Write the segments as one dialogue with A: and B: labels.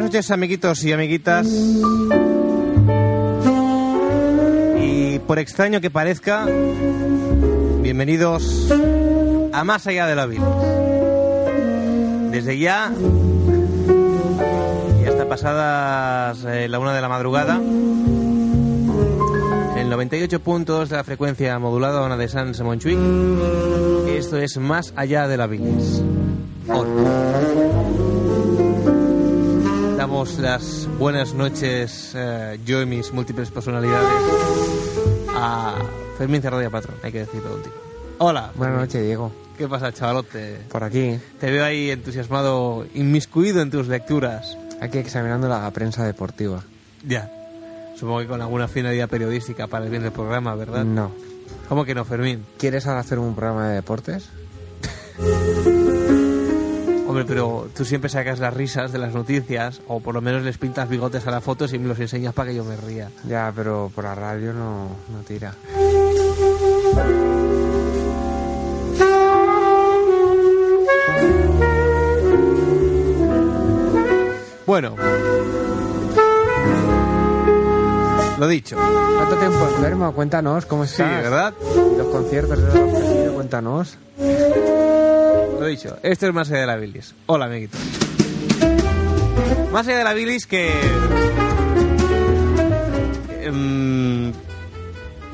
A: noches, amiguitos y amiguitas. Y por extraño que parezca, bienvenidos a Más Allá de la Vida. Desde ya y hasta pasadas eh, la una de la madrugada, el 98.2 de la frecuencia modulada, una de San Monchuic. Esto es Más Allá de la Viles. Damos las buenas noches, eh, yo y mis múltiples personalidades, a Fermín Cerradilla Patrón, hay que decirlo contigo. Hola,
B: Buenas noches, Diego.
A: ¿qué pasa, chavalote?
B: Por aquí,
A: Te veo ahí entusiasmado, inmiscuido en tus lecturas.
B: aquí examinando la prensa deportiva.
A: Ya. Supongo que con alguna finalidad periodística para el bien del programa, ¿verdad?
B: No.
A: ¿Cómo que no, Fermín?
B: ¿Quieres ahora hacer un programa de deportes?
A: Hombre, pero tú siempre sacas las risas de las noticias, o por lo menos les pintas bigotes a las fotos y me los enseñas para que yo me ría.
B: Ya, pero por la radio no, no tira.
A: Bueno. Lo dicho.
B: ¿Cuánto tiempo enfermo? Cuéntanos cómo
A: Sí,
B: estás.
A: ¿verdad?
B: Los conciertos de los que has ido, cuéntanos.
A: Lo dicho. Esto es Más allá de la bilis. Hola, amiguitos. Más allá de la bilis que... em,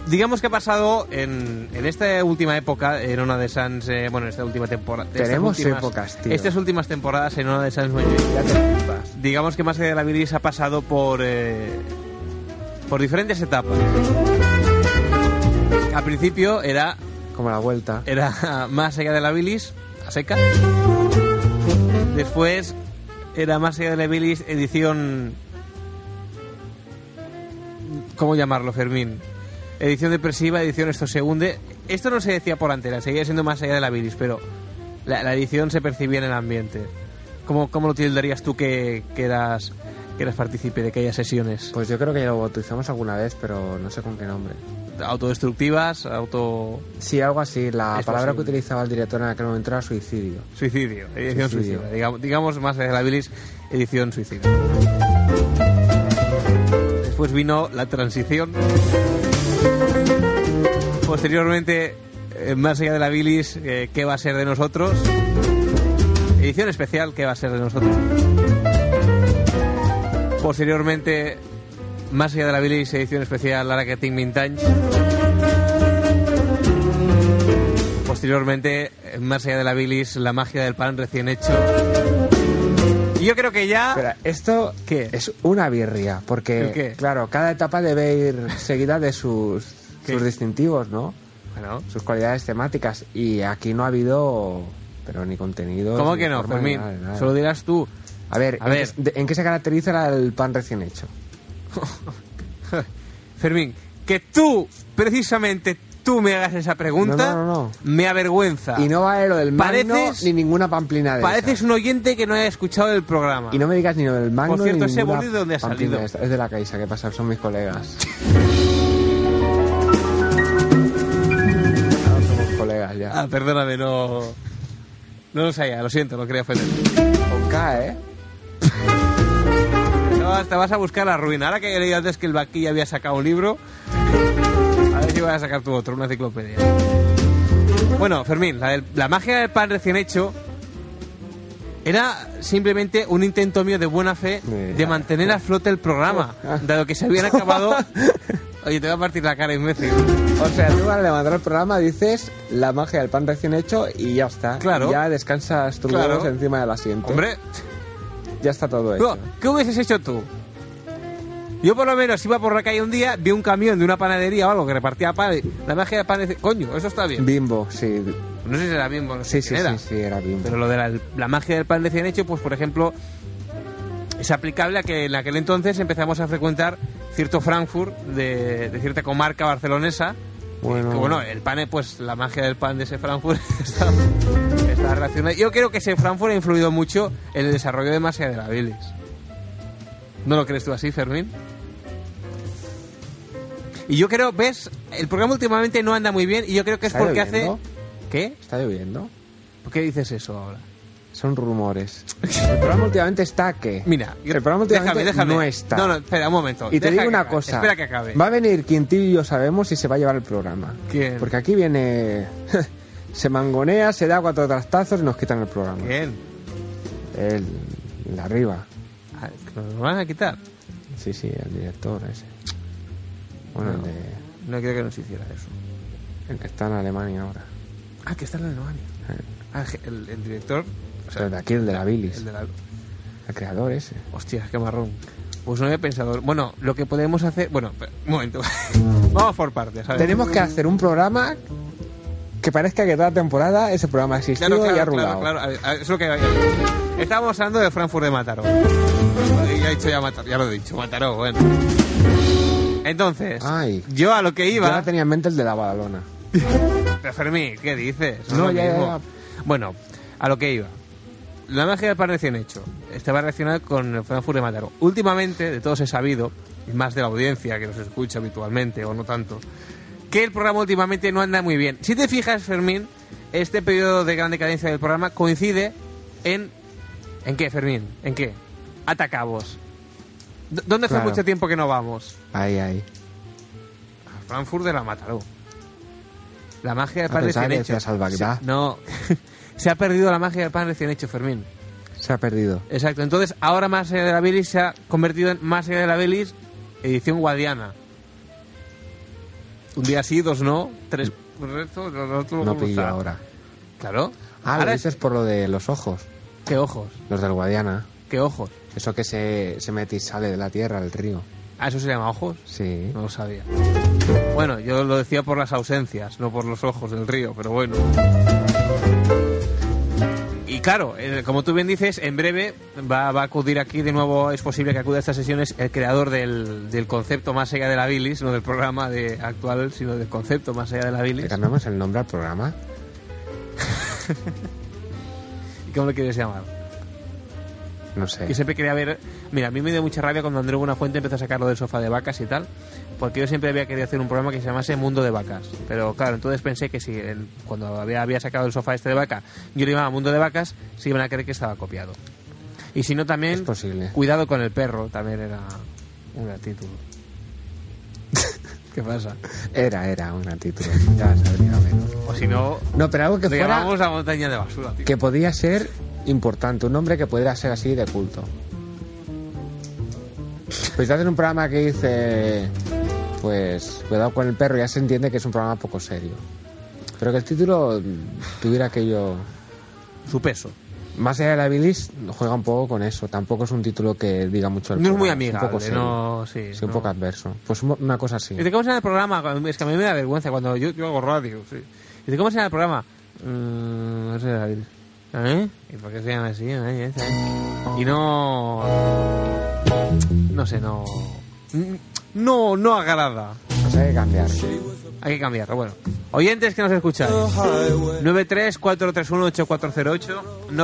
A: digamos que ha pasado en, en esta última época, en una de Sans... eh, bueno, en esta última temporada...
B: Tenemos épocas, tío.
A: Estas últimas temporadas en una de Sans...
B: Ya te flipas.
A: digamos que más allá de la bilis ha pasado por eh, por diferentes etapas. Al principio era
B: Como la vuelta.
A: era más allá de la bilis a seca. Después era más allá de la bilis edición ¿cómo llamarlo, Fermín? Edición depresiva, edición esto se hunde. Esto no se decía por antena, seguía siendo más allá de la bilis, pero la, la edición se percibía en el ambiente. ¿Cómo, cómo lo tildarías tú que, que eras que eras partícipe de que haya sesiones
B: Pues yo creo que ya lo bautizamos alguna vez, pero no sé con qué nombre.
A: autodestructivas, auto
B: Sí, algo así. La
A: Es
B: palabra
A: posible.
B: que utilizaba el director en aquel momento era suicidio.
A: Suicidio, edición
B: Suicidio.
A: suicida. Digamos, digamos más allá de la bilis, edición suicida. Después vino la transición. Posteriormente, eh, más allá de la bilis, eh, ¿qué va a ser de nosotros? Edición especial, ¿qué va a ser de nosotros? Posteriormente, más allá de la bilis, edición especial, ahora que Ting Mintanch. Posteriormente, en más allá de la bilis, la magia del pan recién hecho. Y yo creo que ya...
B: Espera, esto
A: ¿Qué?
B: es una birria, porque
A: ¿El qué?
B: claro, cada etapa debe ir seguida de sus,
A: ¿Qué?
B: sus distintivos, ¿no?
A: Bueno,
B: Sus cualidades temáticas. Y aquí no ha habido, pero ni contenido.
A: ¿Cómo
B: ni
A: que no,
B: forma, ni
A: Fermín?
B: nada, ni nada.
A: Solo dirás tú.
B: A ver,
A: A
B: ¿en,
A: ver.
B: Qué, de- en qué se caracteriza la- el pan recién hecho?
A: Fermín, que tú, precisamente tú me hagas esa pregunta,
B: No, no, no, no.
A: me avergüenza.
B: Y no vale lo del magno
A: Ah. Pareces-
B: ni ninguna pamplina de
A: Pareces
B: esas.
A: un oyente que no haya escuchado el programa.
B: Y no me digas ni lo del magno
A: Por cierto,
B: ni
A: ese
B: ninguna
A: boli, ¿de dónde ha
B: pamplina
A: salido?
B: de esas. Es de la Caixa, que pasa, son mis colegas. Claro, somos colegas ya.
A: Ah, perdóname, no... No lo sabía, lo siento, no quería ofender.
B: Con K, ¿eh?
A: No, te vas a buscar la ruina. Ahora que he leído antes que el vaquilla había sacado un libro, a ver si vas a sacar tu otro, una enciclopedia. Bueno, Fermín, la, del- la magia del pan recién hecho era simplemente un intento mío de buena fe de
B: Ya.
A: mantener a flote el programa, dado que se habían acabado... Oye, te voy a partir la cara, imbécil.
B: O sea, tú al levantar el programa dices la magia del pan recién hecho y ya está.
A: Claro.
B: Ya descansas tus
A: Claro.
B: huevos encima del asiento.
A: Hombre,
B: Ya está todo
A: No,
B: hecho.
A: ¿Qué hubieses hecho tú? Yo por lo menos iba por la calle un día, vi un camión de una panadería o algo que repartía pan. y La magia de pan dice, coño, eso está bien.
B: Bimbo, sí.
A: No sé si era bien, no
B: Sí,
A: sé
B: sí,
A: quién era.
B: sí, sí, era Bimbo.
A: Pero lo de la, la magia del pan recién hecho, pues por ejemplo, es aplicable a que en aquel entonces empezamos a frecuentar cierto Frankfurt de, de cierta comarca barcelonesa.
B: Bueno.
A: Que, bueno, el pan, eh, pues la magia del pan de ese Frankfurt está, está relacionada. Yo creo que ese Frankfurt ha influido mucho en el desarrollo de Masia de la Bilis. ¿No lo crees tú así, Fermín? Y yo creo, ves, el programa últimamente no anda muy bien y yo creo que es
B: ¿Está
A: porque hace...
B: lloviendo?
A: ¿Qué?
B: ¿Está lloviendo?
A: ¿Por qué dices eso ahora?
B: son rumores. El programa últimamente está que.
A: Mira,
B: el programa últimamente
A: déjame, déjame.
B: no está.
A: No, no, espera un momento.
B: Y te
A: Deja
B: digo
A: que
B: una
A: acabe.
B: cosa.
A: Espera que acabe.
B: Va a venir quien tú y yo sabemos y se va a llevar el programa.
A: ¿Quién?
B: Porque aquí viene. se mangonea, se da cuatro trastazos y nos quitan el programa.
A: Bien.
B: El, el de arriba.
A: Ah, ¿Nos van a quitar?
B: Sí, sí, el director ese. Bueno, el, de-
A: No creo que nos hiciera eso.
B: el que está en Alemania ahora.
A: Ah, que está en Alemania.
B: Eh,
A: Ah, el, el director. O sea,
B: el de aquí, el de la bilis.
A: el de la...
B: El creador ese.
A: Hostia, qué marrón. Pues no había pensado. Bueno, lo que podemos hacer. Bueno, espera, un momento. Vamos por partes. ¿sabes?
B: Tenemos que hacer un programa que parezca que toda temporada ese programa ha existido
A: Claro,
B: y ha
A: claro, claro,
B: rulado.
A: claro. A ver, a ver, Es lo que. Estábamos hablando de Frankfurt de Mataró. Ya, he dicho ya, Mataró, ya lo he dicho, Mataró, bueno. Entonces,
B: Ay.
A: yo a lo que
B: Yo
A: iba.
B: ahora tenía en mente el de la Badalona.
A: Pero Fermín, ¿qué dices? Es
B: No,
A: lo
B: ya, ya,
A: mismo. Bueno, a lo que iba. La magia del pan recién hecho Este estaba relacionada con el Frankfurt de Mataró. Últimamente, de todos he sabido, y más de la audiencia que nos escucha habitualmente, o no tanto, que el programa últimamente no anda muy bien. Si te fijas, Fermín, este periodo de gran decadencia del programa coincide en... ¿En qué, Fermín? ¿En qué? Atacabos. D- ¿Dónde hace
B: Claro.
A: mucho tiempo que no vamos?
B: Ahí, ahí.
A: A Frankfurt de la Mataró. La magia del
B: Ah,
A: pan
B: pensaba
A: recién
B: que
A: hecho.
B: decías al Bagdad.
A: Se- no, se ha perdido la magia del pan recién hecho, Fermín.
B: Se ha perdido.
A: Exacto. Entonces, ahora Más allá de la Belis se ha convertido en Más allá de la Belis edición guadiana. Un día sí, dos no, tres correcto, los otros
B: No
A: no
B: pillo
A: está.
B: ahora.
A: Claro.
B: Ah, lo
A: ahora
B: dices por lo de los ojos.
A: es- qué ojos,
B: Los del Guadiana.
A: qué ojos.
B: Eso que se, se mete y sale de la tierra, el río.
A: ¿A Ah, eso se llama ojos?
B: Sí.
A: No lo sabía. Bueno, yo lo decía por las ausencias, no por los ojos del río, pero bueno. Y claro, eh, como tú bien dices, en breve va, va a acudir aquí de nuevo, es posible que acuda a estas sesiones el creador del, del concepto más allá de la bilis, no del programa de actual, sino del concepto más allá de la
B: ¿Le
A: bilis.
B: cambiamos el nombre al programa?
A: ¿Y cómo le quieres llamar?
B: No sé.
A: Yo siempre quería ver... Mira, a mí me dio mucha rabia cuando Andreu Buenafuente empezó a sacarlo del sofá de vacas y tal, porque yo siempre había querido hacer un programa que se llamase Mundo de Vacas. Pero claro, entonces pensé que si el- cuando había, había sacado el sofá este de vaca, yo le llamaba Mundo de Vacas, se iban a creer que estaba copiado. Y si no,
B: Es
A: también
B: posible.
A: Cuidado con el perro, también era un gran título. ¿Qué pasa?
B: Era, era un título. Ya sabría menos.
A: O si no,
B: No, pero algo que
A: lo
B: fuera
A: llamamos la montaña de basura, tío.
B: que podía ser importante, un nombre que podría ser así de culto. Pues te hacen un programa que dice, pues, cuidado con el perro, ya se entiende que es un programa poco serio. Pero que el título mm, tuviera aquello...
A: Su peso.
B: Más allá de la bilis, juega un poco con eso. Tampoco es un título que diga mucho el
A: No es muy
B: programa, un poco
A: amigable,
B: serio.
A: no... Sí,
B: Sí, un
A: no.
B: poco adverso. Pues un- una cosa así.
A: Dice, ¿cómo se llama el programa? Es que a mí me da vergüenza cuando yo, yo hago radio, sí. Dice, ¿cómo se llama el programa? Mm, no sé, David. ¿Eh? ¿Y por qué se llama así? Ay, esa, eh. Y no... No sé, no... No, no agrada.
B: Pues hay que cambiar.
A: Hay que cambiarlo, bueno. Oyentes que nos escucháis. 93-431-8408.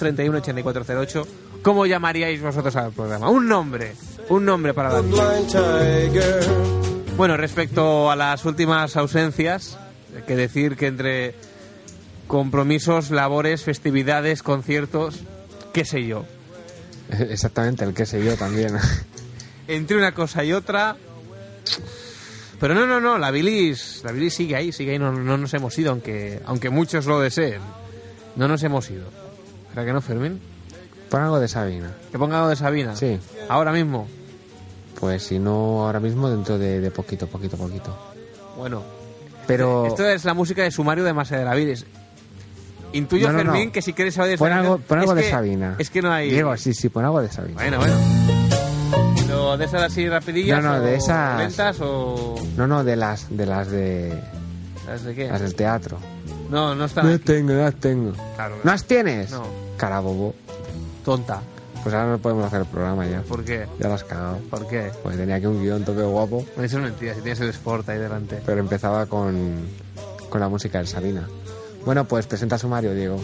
A: 93-431-8408. ¿Cómo llamaríais vosotros al programa? Un nombre. Un nombre para dar.
C: Blind tiger.
A: Bueno, respecto a las últimas ausencias, hay que decir que entre compromisos, labores, festividades, conciertos, qué sé yo.
B: Exactamente, el que sé yo también.
A: Entre una cosa y otra. Pero no, no, no, la bilis, la bilis sigue ahí, sigue ahí, no, no nos hemos ido, aunque, aunque muchos lo deseen. No nos hemos ido. ¿Para que no, Fermín?
B: Pon algo de Sabina.
A: Que ponga algo de Sabina.
B: Sí.
A: Ahora mismo.
B: Pues si no ahora mismo, dentro de, de poquito, poquito, poquito.
A: Bueno. eh,
B: Pero
A: Esto es la música de sumario de Masa de la Bilis. Intuyo,
B: No, no,
A: Fermín,
B: no.
A: que si quieres saber... esta
B: pon algo,
A: canción-
B: pon algo
A: es
B: de
A: que-
B: Sabina.
A: Es que no hay...
B: Diego, sí, sí, pon algo de Sabina.
A: Bueno, bueno. ¿Pero de esas así rapidillas?
B: No, no,
A: o
B: de esas-
A: ¿Lentas o...?
B: No, no, de las de las de
A: ¿Sabes de qué?
B: las del teatro.
A: No, no están
B: No
A: aquí.
B: tengo, no las tengo.
A: Claro,
B: ¿No las tienes?
A: No.
B: Carabobo.
A: tonta.
B: Pues ahora no podemos hacer el programa ya.
A: ¿Por qué?
B: Ya lo has cagado.
A: ¿Por qué?
B: Pues tenía aquí un guión toque guapo,
A: Eso es mentira, si tienes el Sport ahí delante.
B: pero empezaba con, con la música del Sabina. Bueno, pues presenta sumario, Diego.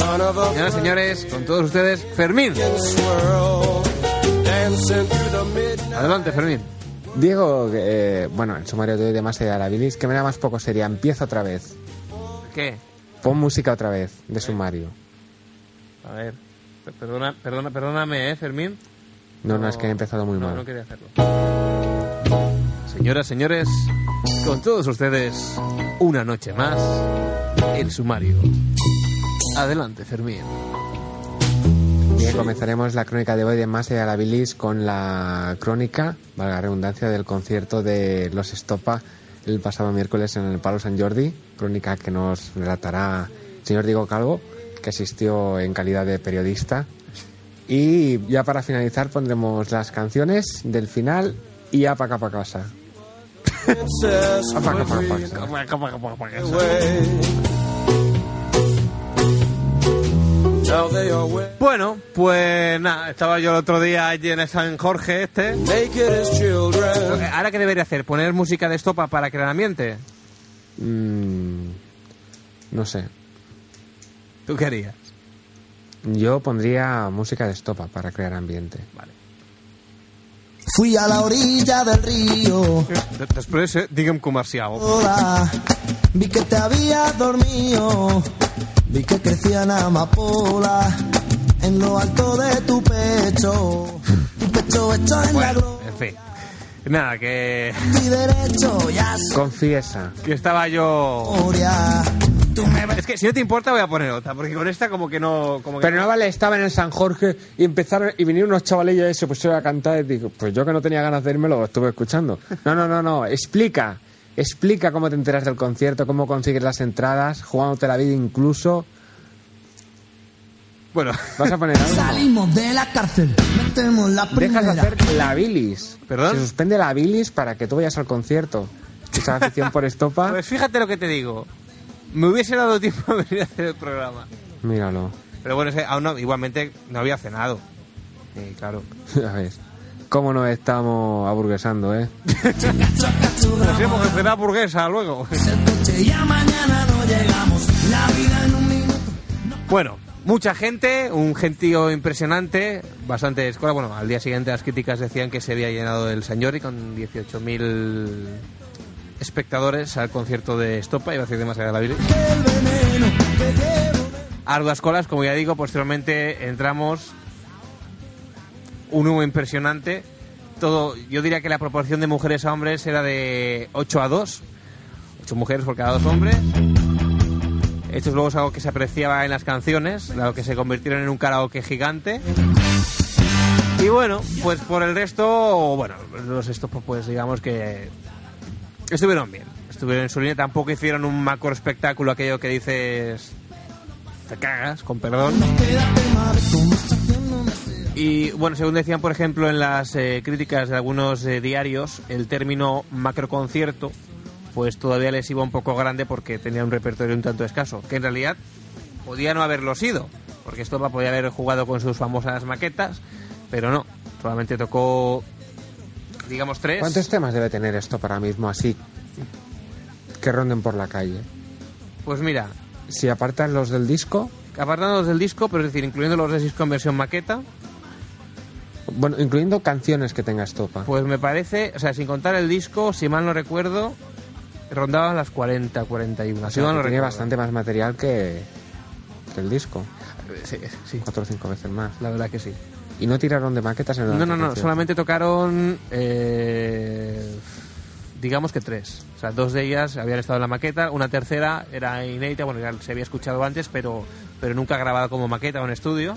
C: Son of a
A: Señoras y señores, con todos ustedes, Fermín.
C: f***ing swirl, dancing through the midnight.
A: Adelante, Fermín.
B: Diego, eh, bueno, el sumario de hoy de más allá de la bilis, que me da más poco sería. Empiezo otra vez.
A: ¿Qué?
B: Pon música otra vez, de sumario.
A: A ver. per- Perdona, perdona, perdóname, ¿eh, Fermín?
B: No, no, es que he empezado muy
A: no,
B: mal.
A: No quería hacerlo. Señoras, señores, con todos ustedes, una noche más, el sumario. Adelante, Fermín.
B: Bien, comenzaremos la crónica de hoy de Más allá de la bilis con la crónica, valga la redundancia, del concierto de Los Estopa el pasado miércoles en el Palo San Jordi, crónica que nos relatará el señor Diego Calvo, que asistió en calidad de periodista. Y ya para finalizar pondremos las canciones del final y a Paca Pa' Casa.
C: Princess,
B: A Paca Pa'
C: would we
B: Casa.
C: away? Now they are wet,
A: Bueno, pues nada, estaba yo el otro día allí en el San Jorge este.
C: naked as children.
A: Eh, ¿Ahora qué debería hacer? ¿Poner música de estopa para crear ambiente?
B: Mm, no sé.
A: ¿Tú qué harías?
B: Yo pondría música de estopa para crear ambiente.
A: Vale.
D: Fui a la orilla del río.
A: De- Després, eh, digue'm comercial.
D: Hola, vi que te había dormido. Vi que crecían amapolas en lo alto de tu pecho. Tu pecho hecho en la
A: Bueno,
D: gloria
A: en fin. Nada, que,
D: y derecho y a
B: Confiesa.
A: que estaba yo...
D: gloria. Tú me ves
A: Es que si no te importa voy a poner otra, porque con esta como que no... Como que
B: Pero no vale, estaba en el San Jorge y empezaron y vinieron unos chavalillos y se pusieron a cantar y digo, pues yo que no tenía ganas de irme lo estuve escuchando. No, no, no, no, explica, explica cómo te enteras del concierto, cómo consigues las entradas, jugándote la vida incluso.
A: Bueno,
B: Vas a poner algo.
D: Salimos de la cárcel, metemos la
B: Dejas de
D: primera.
B: hacer la bilis.
A: ¿Perdón?
B: Se suspende la bilis para que tú vayas al concierto. Esa afición por estopa,
A: pues fíjate lo que te digo. Me hubiese dado tiempo a venir a hacer el programa.
B: míralo.
A: Pero bueno, es que aún no- igualmente no había cenado. Y claro.
B: A ver, cómo nos estamos aburguesando, ¿eh?
A: Nos íbamos a cenar burguesa luego.
D: El coche ya mañana no llegamos. La vida en un minuto.
A: Bueno, mucha gente, un gentío impresionante, bastante escuela. Bueno, al día siguiente las críticas decían que se había llenado el San Jordi con 18.000 espectadores al concierto de Estopa, iba a decir de más allá de la Virgen.
D: El veneno que llevo.
A: arduas colas, como ya digo, posteriormente entramos un humo impresionante. Todo, yo diría que la proporción de mujeres a hombres era de 8 a 2. 8 mujeres por cada dos hombres. Esto es luego es algo que se apreciaba en las canciones, lo que se convirtieron en un karaoke gigante. Y bueno, pues por el resto, bueno, los estopos pues digamos que estuvieron bien. Estuvieron en su línea, tampoco hicieron un macro espectáculo aquello que dices te cagas, con perdón. Y bueno, según decían, por ejemplo, en las eh, críticas de algunos eh, diarios, el término macroconcierto, pues todavía les iba un poco grande porque tenía un repertorio un tanto escaso, que en realidad podía no haberlo sido, porque Estopa podía haber jugado con sus famosas maquetas, pero no, solamente tocó, digamos, tres.
B: ¿Cuántos temas debe tener esto para mismo así que ronden por la calle?
A: Pues mira,
B: Si apartas los del disco,
A: apartándolos del disco, pero es decir, incluyendo los de disco en versión maqueta,
B: bueno, incluyendo canciones que tenga estopa.
A: Pues me parece, o sea, sin contar el disco, si mal no recuerdo, rondaban las 40, 41.
B: O
A: si
B: sea,
A: mal no
B: que tiene
A: recuerdo.
B: bastante más material que, que el disco,
A: Sí, sí,
B: cuatro o cinco veces más.
A: la verdad que sí.
B: Y no tiraron de maquetas en el
A: No, no, no,
B: concierto.
A: solamente tocaron, eh, digamos que tres. O sea, dos de ellas habían estado en la maqueta, una tercera era inédita, bueno, ya se había escuchado antes, pero, pero nunca grabada como maqueta o en estudio.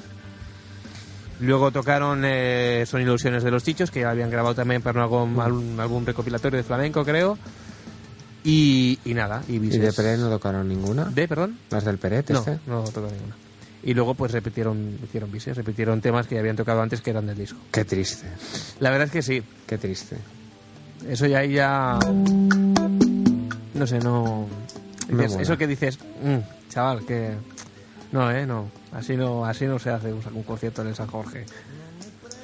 A: Luego tocaron eh, Son Ilusiones de los Chichos, que ya habían grabado también para algún, algún, algún recopilatorio de flamenco, creo. Y, y nada, y
B: Y de
A: Bises.
B: Peret no tocaron ninguna.
A: ¿De, perdón?
B: Las del Peret,
A: No,
B: este.
A: no tocó ninguna. Y luego pues repitieron, hicieron Bises, repitieron temas que ya habían tocado antes que eran del disco.
B: Qué triste,
A: La verdad es que sí,
B: qué triste.
A: Eso ya ahí ya. No sé, no.
B: Me
A: dices-
B: mola.
A: eso que dices, "Mm, chaval, que. No, eh, no. Así no, así no se hace un, un concierto en el San Jorge.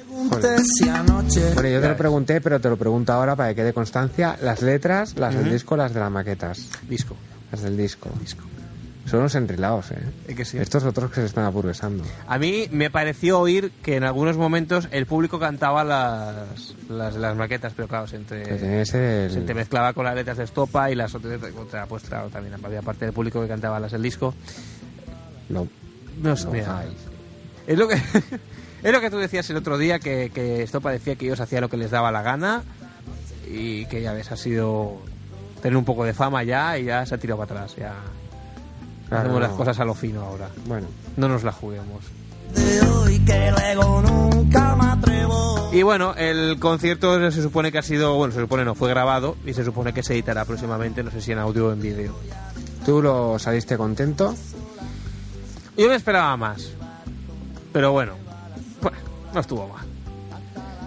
D: Pregunté si anoche.
B: Bueno, yo te lo pregunté, pero te lo pregunto ahora para que quede constancia. Las letras, las del disco, las de las maquetas.
A: Disco.
B: Las del disco.
A: Disco.
B: Son unos enrilados, ¿eh?
A: Es que sí. Eh,
B: Estos otros que se están aburguesando.
A: A mí me pareció oír que en algunos momentos el público cantaba las, las, las maquetas, pero claro, se, entre-
B: Que tenés el-
A: se intermezclaba con las letras de estopa y las otras, otra, pues claro, también había parte del público que cantaba las del disco.
B: lo-
A: No sé,
B: lo
A: mira,
B: high.
A: es lo que es lo que tú decías el otro día, que, que estopa decía que ellos hacían lo que les daba la gana y que ya ves, ha sido tener un poco de fama ya y ya se ha tirado para atrás, ya
B: Claro,
A: hacemos las
B: no.
A: cosas a lo fino ahora,
B: Bueno,
A: no nos la juguemos.
D: de hoy que luego nunca me atrevo.
A: Y bueno, el concierto se supone que ha sido, bueno, se supone no, fue grabado y se supone que se editará próximamente, no sé si en audio o en vídeo.
B: tú lo saliste contento.
A: Yo me esperaba más, pero bueno, pues, no estuvo mal.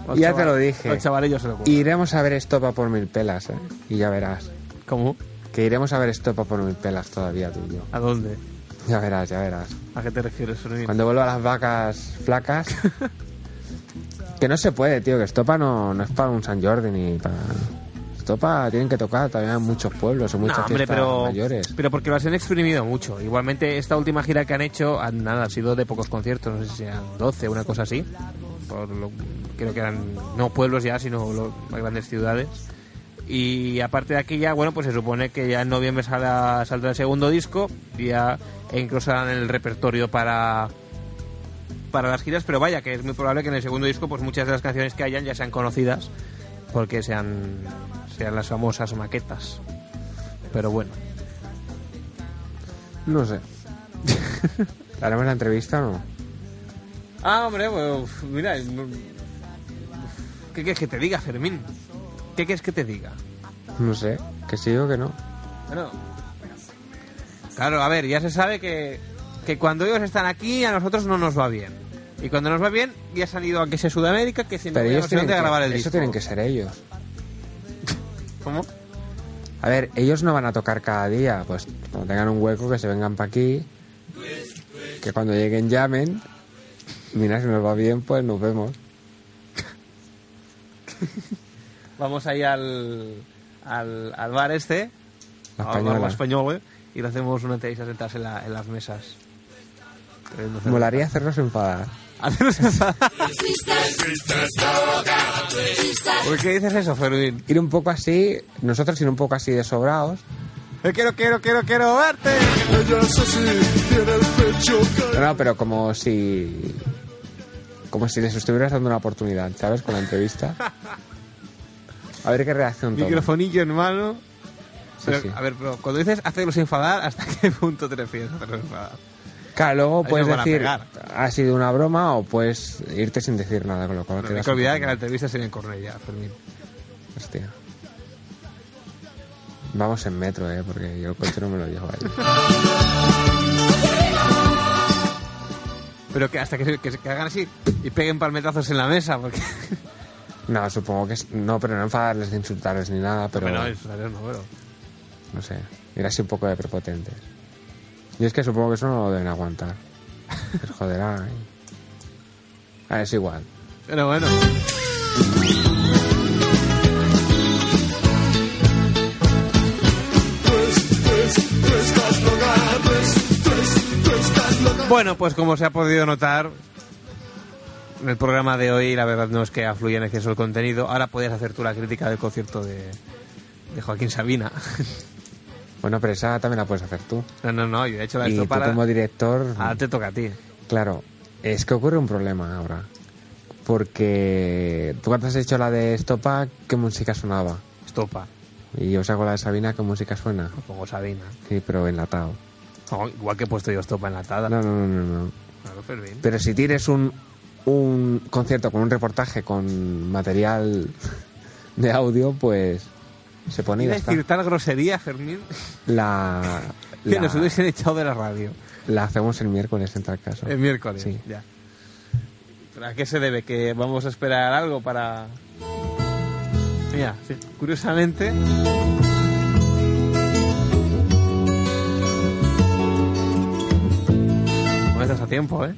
A: Los
B: Ya te
A: chaval-
B: lo dije.
A: Los chavalillos se lo ocurren.
B: Iremos a ver Estopa por mil pelas, ¿eh? Y ya verás.
A: ¿Cómo?
B: Que iremos a ver Estopa por mil pelas todavía, tú y yo.
A: ¿A dónde?
B: Ya verás, ya verás.
A: ¿A qué te refieres, Fermín?
B: Cuando vuelvo a las vacas flacas. que no se puede, tío, que Estopa no, no es para un San Jordi ni para. Estopa tienen que tocar todavía en muchos pueblos, en muchas
A: no, hombre,
B: fiestas
A: pero,
B: mayores.
A: pero porque los han exprimido mucho. Igualmente, esta última gira que han hecho, han- nada, ha sido de pocos conciertos, no sé si eran 12, una cosa así. Por lo- creo que eran no pueblos ya, sino lo- grandes ciudades. Y aparte de aquella, bueno, pues se supone que ya en noviembre saldrá, saldrá el segundo disco, y ya engrosarán el repertorio para para las giras, pero vaya, que es muy probable que en el segundo disco pues muchas de las canciones que hayan ya sean conocidas, porque sean, sean las famosas maquetas. Pero bueno,
B: No sé. ¿Le haremos la entrevista o no?
A: Ah, hombre, pues, uf, mira. no- uf, ¿Qué quieres que te diga, Fermín? ¿Qué quieres que te diga?
B: No sé. Que sí o que no.
A: Bueno. Claro, a ver, ya se sabe que, que cuando ellos están aquí a nosotros no nos va bien. Y cuando nos va bien, ya se han ido a que sea Sudamérica, pues que se
B: Pero ellos tienen
A: a
B: que,
A: grabar el
B: eso
A: disco.
B: tienen que ser ellos.
A: ¿Cómo?
B: A ver, ellos no van a tocar cada día, pues cuando tengan un hueco que se vengan para aquí, que cuando lleguen llamen, mira si nos va bien, pues nos vemos.
A: Vamos ahí al, al, al bar este,
B: La
A: al
B: española.
A: bar español, ¿eh? y le hacemos una entrevista sentarse en, la- en las mesas. Bebiendo cerveza.
B: Molaría hacernos enfadar.
A: Hacernos enfadar. ¿Por qué dices eso, Fermín?
B: Ir un poco así, nosotros ir un poco así de sobrados.
A: Yo Eh, quiero, quiero, quiero, quiero verte.
C: Ella es así, tiene el pecho
B: No, no, pero como si. Como si les estuvieras dando una oportunidad, ¿sabes? Con la entrevista. A ver qué reacción toman.
A: Microfonillo en mano.
B: Sí,
A: Pero,
B: sí.
A: A ver, pero cuando dices hacerlos enfadar, ¿hasta qué punto te refieres a hacerlos enfadar?
B: Claro, luego
A: Ahí
B: puedes
A: nos van a
B: decir,
A: pegar.
B: ha sido una broma o puedes irte sin decir nada, con lo cual
A: No,
B: quedas
A: hay que olvidar
B: un
A: que
B: poco-
A: la entrevista sería en Cornellá, Fermín.
B: Hostia. Vamos en metro, ¿eh? Porque yo el coche no me lo llevo ahí.
A: Pero que hasta que, se- que, se- que hagan así y peguen palmetazos en la mesa, porque...
B: No, supongo que... es- No, pero no enfadarles ni insultarles ni nada, pero...
A: Bueno, eso no, pero...
B: No sé. Ir así un poco de prepotentes. Y es que supongo que eso no lo deben aguantar. Les joderá. ¿eh? Ah, es igual.
A: Pero bueno. Bueno, pues como se ha podido notar, en el programa de hoy la verdad no es que afluya en exceso el contenido. Ahora podías hacer tú la crítica del concierto de, de Joaquín Sabina.
B: Bueno, pero esa también la puedes hacer tú.
A: No, no, no, yo he hecho la
B: Y tú
A: esto para...
B: como director...
A: Ahora te toca a ti.
B: Claro, es que ocurre un problema ahora. Porque tú cuando has hecho la de Estopa, ¿qué música sonaba?
A: Estopa,
B: Y yo saco la de Sabina, ¿qué música suena?
A: pongo Sabina.
B: Sí, pero enlatado.
A: Oh, igual que he puesto yo estopa enlatada.
B: No, no, no, no. no.
A: Claro, Fermín.
B: Pero si tienes un, un concierto con un reportaje con material de audio, pues se pone y ya
A: ¿Quieres
B: está.
A: decir tal grosería, Fermín?
B: La,
A: Que
B: la,
A: nos hubiesen echado de la radio
B: la hacemos el miércoles en tal caso.
A: el miércoles.
B: Sí.
A: Ya. ¿Pero ¿A qué se debe? ¿Que vamos a esperar algo para...? Mira, sí, curiosamente... No estás a tiempo, ¿eh?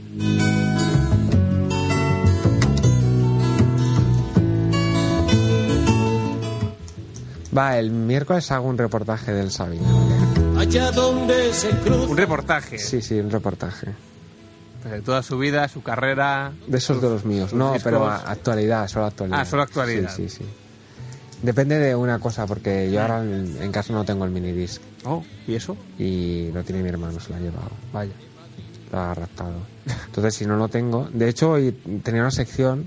B: Va, el miércoles hago un reportaje del Sabina. ¿vale?
C: allá donde se cruza.
A: Un reportaje
B: Sí, sí, un reportaje.
A: de toda su vida, su carrera.
B: De esos de los míos.
A: sus
B: No,
A: discos.
B: pero a- actualidad, solo actualidad.
A: Ah, solo actualidad.
B: Sí, sí, sí. Depende de una cosa, porque yo ahora en, en casa no tengo el minidisc
A: Oh, ¿y eso?
B: y lo tiene mi hermano, se lo ha llevado. Vaya. Lo ha raptado. Entonces, si no lo tengo. De hecho, hoy tenía una sección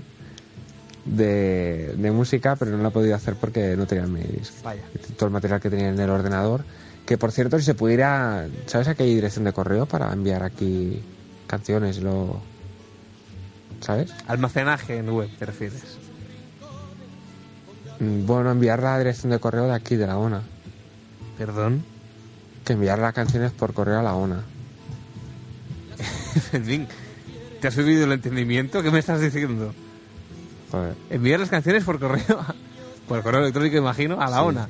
B: de, de música, pero no la he podido hacer porque no tenía el minidisc.
A: Vaya.
B: Todo el material que tenía en el ordenador. Que por cierto, si se pudiera. ¿Sabes aquí hay dirección de correo para enviar aquí canciones? Lo. ¿Sabes?
A: Almacenaje en web, te refieres.
B: Mm, Bueno, enviar la dirección de correo de aquí, de la ONA.
A: Perdón.
B: Que enviar las canciones por correo a la ONA.
A: en fin, ¿te has subido el entendimiento? ¿Qué me estás diciendo?
B: Joder.
A: Enviar las canciones por correo, a- por correo electrónico, imagino, a la ONA.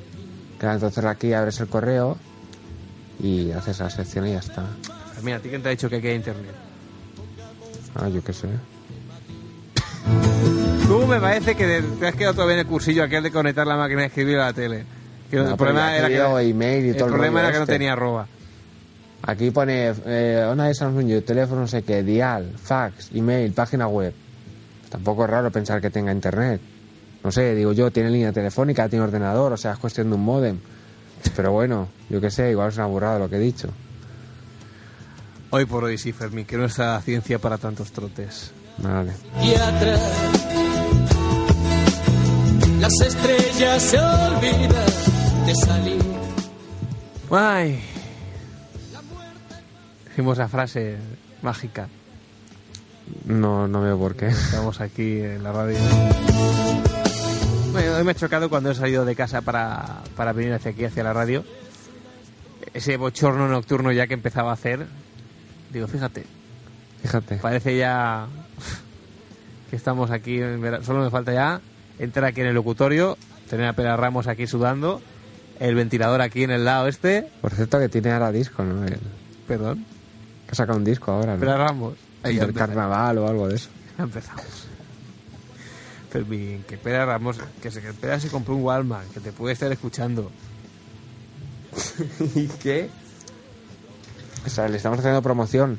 B: Claro, entonces aquí abres el correo y haces la sección y ya está.
A: Pues Mira, ¿a ti quién te ha dicho que aquí hay internet?
B: Ah, yo qué sé.
A: Tú me parece que de- te has quedado todavía en el cursillo aquel de conectar la máquina de escribir a la tele. Que
B: No,
A: el
B: pero
A: problema
B: ya
A: era
B: te
A: que,
B: digo, email y
A: el
B: todo el
A: problema
B: rollo
A: era que no
B: este.
A: tenía arroba.
B: Aquí pone eh, ONA de Samsung, yo, teléfono, no sé qué, dial, fax, email, página web. Tampoco es raro pensar que tenga internet. No sé, digo yo, tiene línea telefónica, tiene ordenador, o sea, es cuestión de un modem. Pero bueno, yo qué sé, igual es una burrada lo que he dicho.
A: Hoy por hoy sí, Fermín, que no está ciencia para tantos trotes.
B: Vale.
C: y atrás. Las estrellas se olvidan de salir.
A: Ay. Hicimos la frase mágica.
B: No, no veo por qué.
A: Estamos aquí en la radio. Bueno, hoy me ha chocado cuando he salido de casa para, para venir hacia aquí, hacia la radio. Ese bochorno nocturno ya que empezaba a hacer. Digo, fíjate,
B: Fíjate.
A: Parece ya que estamos aquí. en vera- Solo me falta ya entrar aquí en el locutorio, tener a Pera Ramos aquí sudando, el ventilador aquí en el lado este.
B: Por cierto, que tiene ahora disco, ¿no? El-
A: Perdón,
B: que ha sacado un disco ahora, ¿no?
A: Pera Ramos. Ahí ya
B: Del
A: empezamos.
B: carnaval o algo de eso.
A: Ya empezamos. Fermín, que Pera Ramos, que se, que Pera se compró un Walmart, que te puede estar escuchando.
B: ¿Y qué? O sea, le estamos haciendo promoción.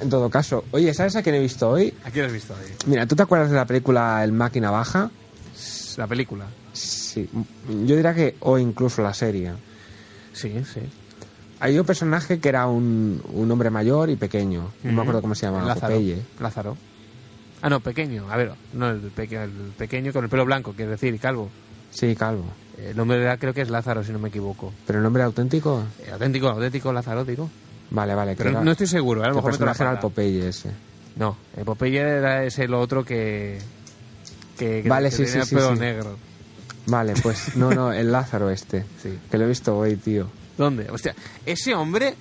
B: En todo caso. Oye, ¿sabes a quién he visto hoy?
A: ¿A quién has visto ahí?
B: Mira, ¿tú te acuerdas de la película El Máquina Baja?
A: La película.
B: Sí. Yo diría que, o incluso la serie.
A: Sí, sí.
B: Hay un personaje que era un, un hombre mayor y pequeño. No me acuerdo cómo se llamaba.
A: Lázaro.
B: Popeye.
A: Lázaro. Ah, no, pequeño. A ver, no, el, peque- el pequeño con el pelo blanco, quiero decir, calvo. Eh,
B: Sí, calvo.
A: El nombre de verdad creo que es Lázaro, si no me equivoco.
B: ¿Pero el nombre auténtico?
A: Eh, auténtico, auténtico Lázaro, digo.
B: Vale, vale. que
A: Pero
B: era-
A: no estoy seguro, ¿eh? a lo
B: que
A: mejor me
B: personaje era el
A: Popeye.
B: Popeye ese.
A: No, el Popeye era ese lo otro que. que, que-
B: Vale,
A: que
B: sí,
A: tenía
B: sí,
A: el
B: sí,
A: pelo
B: sí.
A: negro.
B: Vale, pues no, no, el Lázaro este.
A: Sí.
B: Que lo he visto hoy, tío.
A: ¿Dónde? Hostia, ese hombre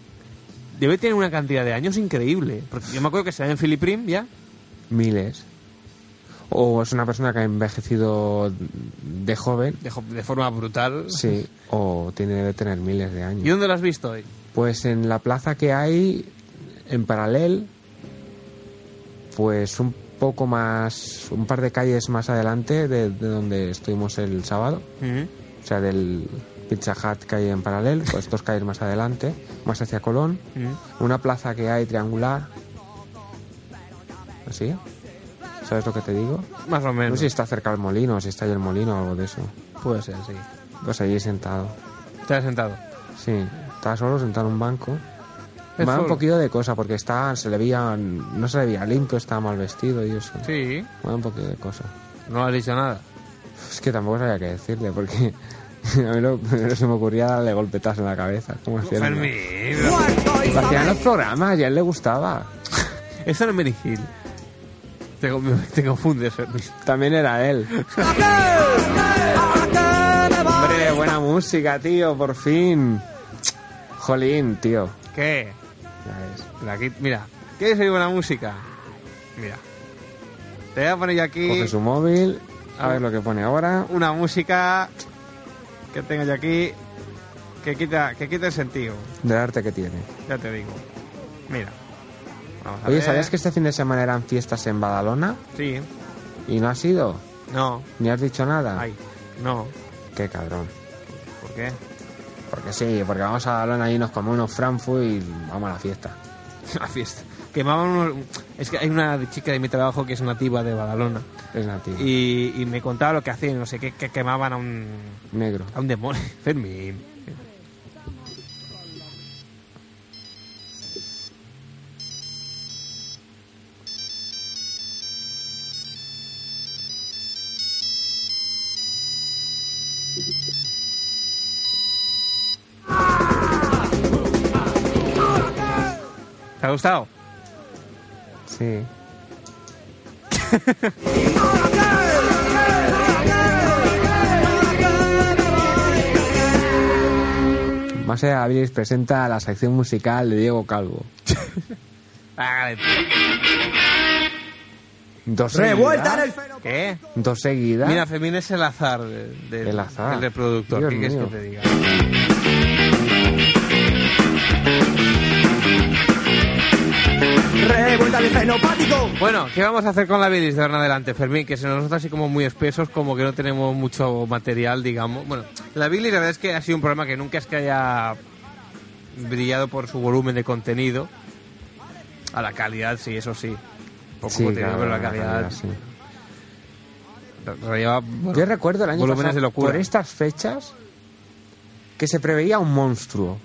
A: debe tener una cantidad de años increíble. Porque yo me acuerdo que se ve en Filiprim ya.
B: Miles. O es una persona que ha envejecido de joven.
A: De, jo- de forma brutal.
B: Sí. O tiene, debe tener miles de
A: ¿Y
B: años.
A: dónde lo has visto hoy?
B: Pues en la plaza que hay, en paralel, pues un poco más, un par de calles más adelante de, de donde estuvimos el sábado.
A: Ujú.
B: O sea, del Pizza Hut que hay en paralel, pues dos calles más adelante, más hacia Colón.
A: Ujú.
B: Una plaza que hay triangular. ¿Así? ¿Sabes lo que te digo?
A: Más o
B: No
A: menos.
B: sé si está cerca el molino, o si está ahí el molino o algo de eso.
A: Puede ser, Pues sí.
B: Pues allí sentado.
A: Te has sentado.
B: Sí, estaba solo sentado en un banco.
A: Es
B: Me da un
A: solo.
B: poquito de cosa porque está, se le veía, no se le veía limpio, estaba mal vestido y eso.
A: Sí.
B: Me da un poquito de cosa.
A: No has dicho nada.
B: Es que tampoco sabía qué decirle porque a mí lo, primero se me ocurría darle golpetazos en la cabeza. Como hacían-
A: Fermín.
B: Lo hacían en los programas y a él le gustaba.
A: Eso no es Benny Hill. Te, te confundes, Fermín.
B: También era él. Hombre, buena música, tío, por fin. Jolín, tío.
A: ¿Qué?
B: Ya ves.
A: Mira, aquí- mira. ¿quieres oír buena música? Mira. Te voy a poner yo aquí
B: Coge su móvil, a ver lo que pone ahora.
A: una música que tengo yo aquí que quita, que quita el sentido,
B: Del arte que tiene.
A: ya te digo. Mira. Vamos a
B: Oye,
A: ver.
B: ¿sabías que este fin de semana eran fiestas en Badalona?
A: Sí.
B: Y no has ido,
A: No.
B: Ah. ni has dicho nada.
A: Ay. No.
B: Qué cabrón.
A: ¿Por qué?
B: Porque sí, porque vamos a Badalona ahí nos comemos unos Frankfurt y vamos a la fiesta.
A: La fiesta. Quemaban unos... Es que hay una chica de mi trabajo que es nativa de Badalona.
B: Es nativo.
A: Y, y me contaba lo que hacían, no sé qué, que quemaban a un,
B: Negro.
A: a un demonio. Fermín. ¿Te ha gustado?
B: Sí. Más allá de Aviles presenta la sección musical de Diego Calvo.
A: Ah,
B: Dos
D: Revuelta en el
B: seguidas.
A: ¿Qué?
B: Dos seguidas.
A: Mira, Fermín es el azar de- de-
B: El azar.
A: El reproductor.
B: Dios
A: ¿Qué quieres que
B: mío.
A: te diga?
D: Revuelta el fenopático.
A: Bueno, ¿qué vamos a hacer con la bilis de ahora en adelante, Fermín? Que se nos nota así como muy espesos, como que no tenemos mucho material, digamos. Bueno, la bilis la verdad es que ha sido un programa que nunca es que haya brillado por su volumen de contenido. A la calidad, sí, eso sí. Poco
B: Sí,
A: contenido,
B: claro,
A: pero la
B: la
A: calidad.
B: calidad, sí.
A: rayaba, bueno,
B: Yo recuerdo el año
A: volúmenes
B: pasado,
A: de locura.
B: por estas fechas, que se preveía un monstruo.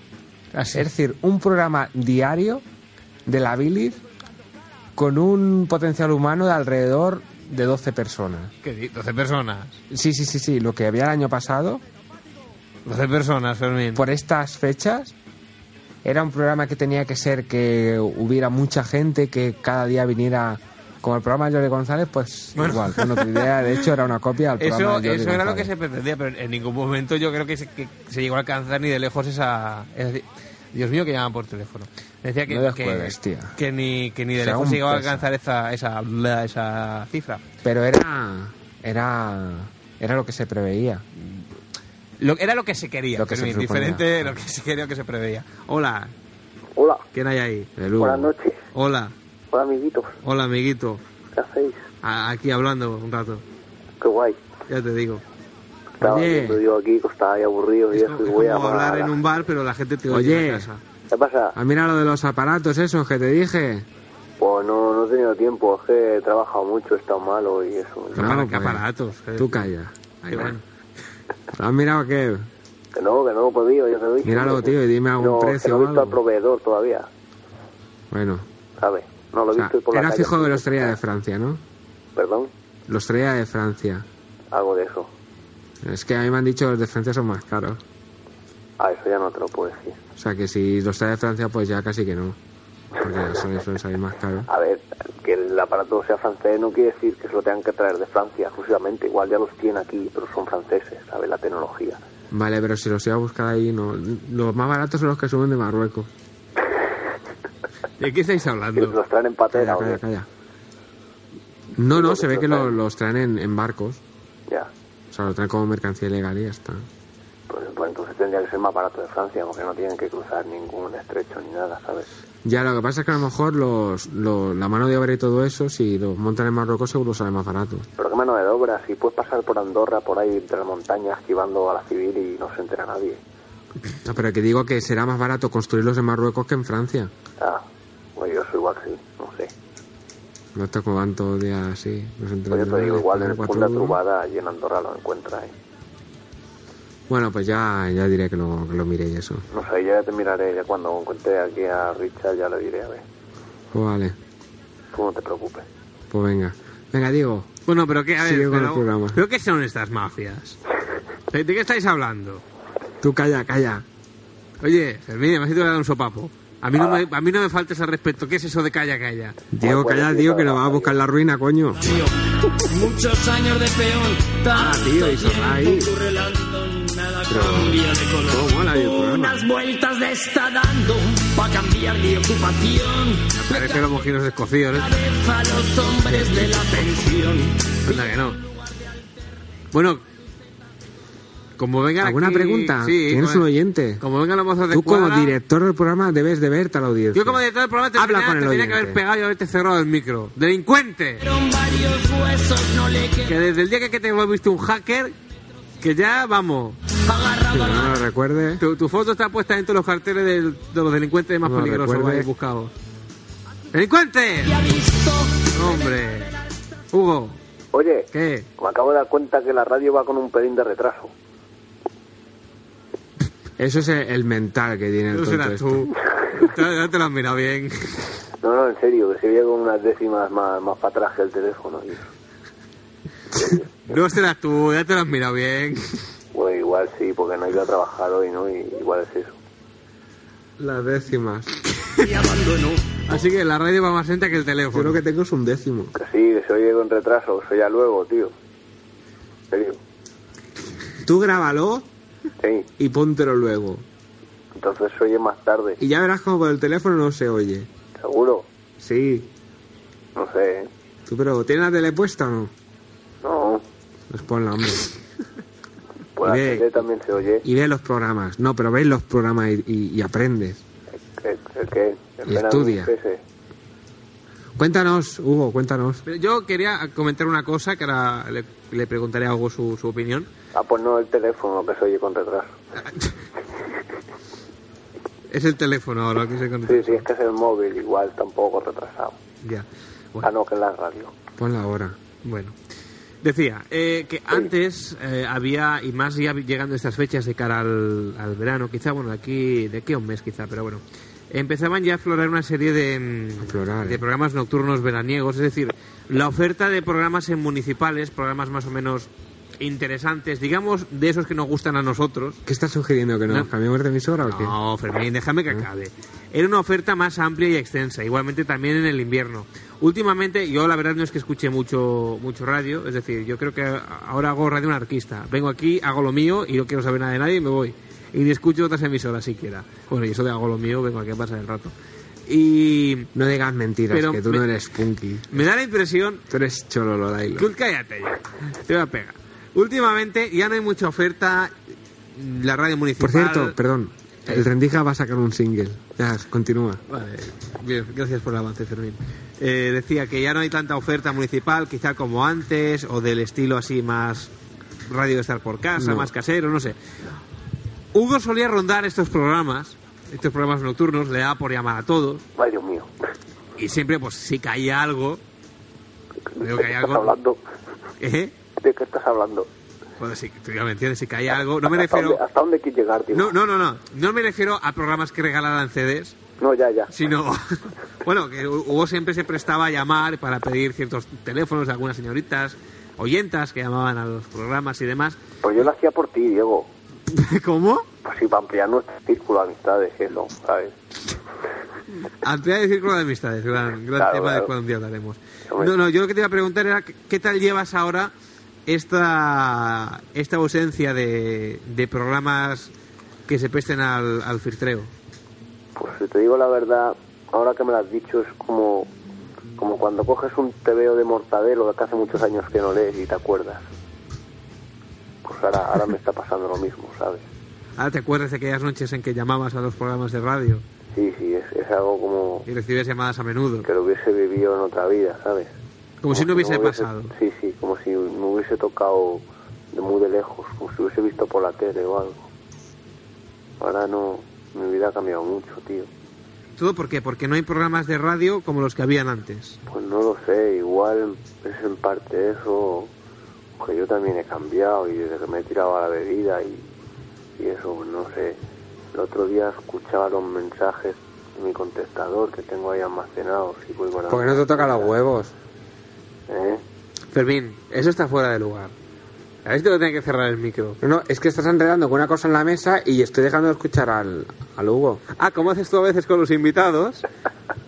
A: Ah,
B: Es decir, un programa diario de la bilis con un potencial humano de alrededor de 12 personas.
A: ¿Qué di- 12 personas.
B: Sí, sí, sí, sí, lo que había el año pasado,
A: 12 personas, Fermín.
B: por estas fechas, era un programa que tenía que ser que hubiera mucha gente que cada día viniera... Como el programa de Jordi González, pues
A: Bueno.
B: igual. Bueno, tu idea, de hecho, era una copia al programa
A: Eso,
B: de Jordi
A: eso era lo
B: González.
A: que se pretendía, pero en ningún momento yo creo que se, que se llegó a alcanzar ni de lejos esa... esa- Dios mío, que llaman por teléfono. Decía que,
B: No des
A: que,
B: juegues, tía.
A: que ni, que ni de
B: O sea,
A: lejos
B: un
A: se llegó a
B: peso.
A: alcanzar esa, esa, la- esa cifra.
B: Pero era. Era. Era lo que se preveía.
A: Lo, era lo que se quería,
B: Lo que se
A: Fermín,
B: suponía.
A: diferente de lo que se quería o que se preveía. Hola,
E: Hola,
A: ¿quién hay ahí?
B: De Lugo.
E: buenas noches.
A: Hola,
E: Hola, amiguitos.
A: hola amiguito,
E: ¿Qué hacéis?
A: A- aquí hablando un rato,
E: Qué guay.
A: ya te digo.
E: Estaba
B: Oye.
E: viendo yo aquí, que estaba ahí aburrido y
A: Es
E: eso,
A: como,
E: y
A: es
E: voy a
A: como
E: parar.
A: hablar en un bar, pero la gente te oye,
B: Oye.
A: en casa.
E: ¿Qué pasa?
B: Ah, mira lo de los aparatos esos que te dije.
E: Pues no, no he tenido tiempo, es que he trabajado mucho, he estado malo y eso.
A: Qué
B: No,
A: apara- qué
B: pues,
A: aparatos. qué-
B: Tú calla. Ah,
A: Ahí van.
B: ¿Has mirado qué?
E: Que no, que no he podido, ya te lo he dicho.
B: Míralo, tío, y dime algún
E: no,
B: precio
E: que no
B: o
E: he visto
B: algo.
E: al proveedor todavía,
B: Bueno.
E: ¿sabes? No lo
B: o
E: he
B: sea,
E: visto y por la
B: era
E: calle.
B: fijo de los estrella de Francia, ¿no?
E: Perdón,
B: Los estrella de Francia.
E: algo de eso.
B: Es que a mí me han dicho que los de Francia son más caros.
E: Ah, eso ya no te lo puedo decir.
B: O sea que si los estrella de Francia, pues ya casi que no. Porque son suelen salir más caros.
E: A ver, que el aparato sea francés no quiere decir que se lo tengan que traer de Francia exclusivamente. Igual ya los tienen aquí, pero son franceses, ¿sabes? La tecnología.
B: Vale, pero si los iba a buscar ahí, no. Los más baratos son los que suben de Marruecos.
A: ¿De qué estáis hablando?
E: Los traen en
B: Calla,
E: patera, o
B: calla,
E: qué?
B: calla. No, no,
E: Los
B: se ve que
E: traen.
B: lo- los traen en, en barcos.
E: Ya.
B: O sea, lo traen como mercancía ilegal y ya está.
E: Pues, pues entonces tendría que ser más barato de Francia, porque no tienen que cruzar ningún estrecho ni nada, ¿sabes?
B: Ya, lo que pasa es que a lo mejor los, lo- la mano de obra y todo eso, si los montan en Marruecos, seguro sale más barato.
E: Pero qué mano de obra, si puedes pasar por Andorra, por ahí, entre las montañas, esquivando a la civil y no se entera nadie.
B: No, pero que digo que será más barato construirlos en Marruecos que en Francia.
E: Ah, pues yo soy igual sí, no sé.
B: No está como van todos días así. No se enteran de
E: Pues yo te
B: nada,
E: digo, igual en
B: les
E: el
B: ponen
E: Punta
B: cuatro euros.
E: Trubada y en Andorra lo encuentras, ¿eh?
B: Bueno, pues ya, ya diré que lo, que lo mire y eso.
E: No sé, ya te miraré, ya cuando encuentre aquí a Richard ya le diré, a ver.
B: Pues vale,
E: Tú no te preocupes.
B: pues venga. Venga, digo.
A: Bueno, pero qué, a ver,
B: Sigue con el
A: pero,
B: programa.
A: ¿pero qué son estas mafias? ¿De de qué estáis hablando?
B: Tú calla, calla.
A: Oye, Fermín, me has ido a dar un sopapo. A mí, no me, a mí no me faltes al respeto. ¿Qué es eso de calla, calla?
B: Diego,
E: puedes
B: calla,
E: ir
B: tío, que
E: para
B: nos va a
E: pues la
B: buscar la ruina, coño.
C: Muchos años de peón,
B: Ah, tío, y Sorray.
C: tu relato, nada
B: Pero-
C: cambia de color.
B: Todo mola ahí el programa.
C: Unas vueltas le está dando pa' cambiar de ocupación.
A: Parece los mojinos escocidos, ¿eh?
C: Cabeza a los hombres de la pensión.
A: Anda que no. Bueno, como venga
B: ¿Alguna pregunta?
A: Sí,
B: ¿Tienes
A: como-
B: un oyente?
A: Como vengan los mozos de
B: Tú como
A: cuadra-
B: director del programa debes de verte a la audiencia.
A: Yo como director del programa te
B: Habla
A: tenía-
B: con el
A: te tenía que
B: oyente.
A: haber pegado y haberte cerrado el micro. ¡Delincuente!
C: Fueron varios huesos, no le quedaron.
A: Que desde el día que que te volviste un hacker, que ya, vamos...
B: Pero no lo recuerde.
A: Tu, tu foto está puesta dentro de los carteles del- de los delincuentes más
B: No,
A: peligrosos,
B: recuerde-
A: vais buscados. ¡Delincuentes! ¡Hombre! Hugo,
E: Oye,
A: ¿qué?
E: me acabo de dar cuenta que la radio va con un pelín de retraso.
B: Eso es el, el mental que tiene el tonto
A: Eso serás
B: este.
A: tú. Te- No te lo has mirado bien.
E: No, no, en serio, que se veía con unas décimas más, más para atrás que el teléfono. y-
A: No serás tú, ya te lo has mirado bien.
E: Bueno, igual sí, porque no he ido a trabajar hoy, ¿no? Y igual es eso.
B: Las décimas.
A: Así que la radio va más lenta que el
B: Yo
A: teléfono.
B: lo que tengo es un décimo.
E: Que sí, que se oye con retraso, que soy ya luego, tío. En serio.
B: Tú grábalo
E: Sí,
B: y póntelo luego.
E: entonces se oye más tarde,
B: Y ya verás como por el teléfono no se oye.
E: seguro.
B: Sí.
E: No sé, ¿eh?
B: Tú, pero ¿tienes la tele puesta o no?
E: no.
B: Pues ponla, hombre.
E: Por la
B: Ve.
E: tele también se oye.
B: Y ve los programas. No, pero ve los programas y, y- y aprendes.
E: El, el que el
B: Y
E: pena
B: estudia.
E: de un pese.
B: Cuéntanos, Hugo, cuéntanos.
A: Pero Yo quería comentar una cosa que ahora le, le preguntaré a Hugo su, su opinión.
E: Ah, pues no, el teléfono que se oye con retraso.
A: Es el teléfono ahora que se conecta.
E: Sí, sí, es que es el móvil, igual tampoco retrasado.
A: Ya. Bueno.
E: Ah, no, que es la radio.
B: Ponla ahora.
A: Bueno, decía eh, que antes eh, había, y más ya vi- llegando estas fechas de cara al, al verano, quizá, bueno, de aquí, de aquí a un mes quizá, pero bueno, empezaban ya a aflorar una serie de, mm,
B: Aflorar,
A: de
B: eh.
A: programas nocturnos veraniegos, es decir, la oferta de programas en municipales, programas más o menos interesantes, digamos, de esos que nos gustan a nosotros,
B: ¿Qué estás sugiriendo? ¿Que nos
A: No.
B: cambiemos de emisora o qué?
A: no, Fermín, déjame que
B: Ah.
A: acabe. Era una oferta más amplia y extensa, igualmente también en el invierno. Últimamente, yo la verdad no es que escuche mucho, mucho radio, es decir, yo creo que a- ahora hago radio anarquista. Vengo aquí, hago lo mío y no quiero saber nada de nadie y me voy. Y ni escucho otras emisoras siquiera. Bueno, y eso de hago lo mío, vengo aquí a pasar el rato. Y
B: No digas mentiras,
A: Pero
B: que tú
A: me-
B: no eres punky.
A: me da la impresión
B: Tú eres chololo, Dailo.
A: Tú cállate ya. Te voy a pegar. Últimamente ya no hay mucha oferta. La radio
B: Por
A: municipal.
B: cierto, perdón. El Rendija va a sacar un single. Ya, continúa.
A: Vale, bien, gracias por el avance, Fermín. Eh, decía que ya no hay tanta oferta municipal, quizá como antes, o del estilo así más radio de estar por casa,
B: No.
A: más casero, no sé. Hugo solía rondar estos programas, estos programas nocturnos, le daba por llamar a todos,
E: Ay, Dios mío.
A: y siempre, pues, si caía algo,
E: ¿De
A: Creo que
E: qué
A: hay
E: estás
A: algo-
E: hablando?
A: ¿eh?
E: ¿De qué estás hablando?
A: Bueno, si, tú ya me entiendes, si caía algo, no me
E: ¿Hasta
A: refiero...
E: dónde, hasta dónde quieres llegar, tío?
A: No, no, no, no, no me refiero a programas que regalaran CDs,
E: No, ya, ya.
A: sino bueno que Hugo siempre se prestaba a llamar para pedir ciertos teléfonos de algunas señoritas oyentas que llamaban a los programas y demás
E: Pues yo lo hacía por ti, Diego.
A: ¿cómo?
E: Pues sí, para ampliar nuestro círculo de amistades, eso, ¿sabes?
A: ampliar el círculo de amistades gran, gran
E: Claro,
A: tema
E: claro.
A: del cual un día hablaremos
E: Hombre.
A: no, no, yo lo que te iba a preguntar era ¿qué tal llevas ahora esta esta ausencia de, de programas que se presten al, al filtreo?
E: Pues si te digo la verdad, ahora que me lo has dicho, es como, como cuando coges un tebeo de mortadelo de que hace muchos años que no lees y te acuerdas. Pues ahora, ahora me está pasando lo mismo, ¿sabes?
A: ahora Ah, te acuerdas de aquellas noches en que llamabas a los programas de radio
E: Sí, sí, es, es algo como
A: y recibías llamadas a menudo
E: que lo hubiese vivido en otra vida, ¿sabes?
A: como si no hubiese
E: me
A: pasado
E: Sí, sí, como si me hubiese tocado de muy de lejos, como si hubiese visto por la tele o algo. Ahora no, mi vida ha cambiado mucho, tío.
A: ¿Todo por qué? Porque no hay programas de radio como los que habían antes.
E: Pues no lo sé, igual es en parte eso, que yo también he cambiado y desde que me he tirado a la bebida y, y eso, pues no sé. El otro día escuchaba los mensajes de mi contestador que tengo ahí almacenados y voy guardando.
B: Porque no te toca los huevos.
E: ¿Eh?
A: Fermín, eso está fuera de lugar. A ver si tengo que tener que cerrar el micro.
B: No, no, es que estás enredando con una cosa en la mesa y estoy dejando de escuchar al, al Hugo.
A: Ah, como haces tú a veces con los invitados.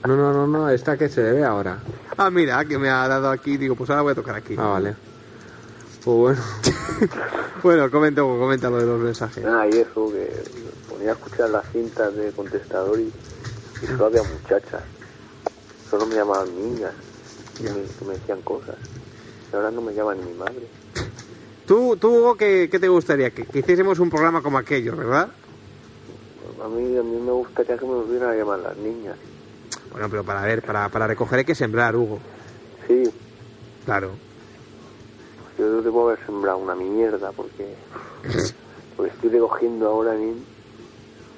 B: No, no, no, no, esta que se debe ahora.
A: Ah, mira, que me ha dado aquí. Digo, pues ahora voy a tocar aquí.
B: Ah, vale. Pues bueno.
A: Bueno, comenta, Hugo, comenta lo de los mensajes.
E: Nada, y eso, que ponía a escuchar las cintas de contestador y, y solo había muchachas. Solo me llamaban niñas, que me, que me decían cosas. Y ahora no me llaman ni mi madre.
A: Tú, tú Hugo, ¿qué, qué te gustaría? Que, que hiciésemos un programa como aquello, ¿verdad?
E: A mí, a mí me gustaría que me volvieran a llamar las niñas.
A: Bueno, pero para ver, para, para recoger hay que sembrar, Hugo.
E: Sí,
A: Claro.
E: yo debo haber sembrado una mierda porque Porque estoy recogiendo ahora Nin.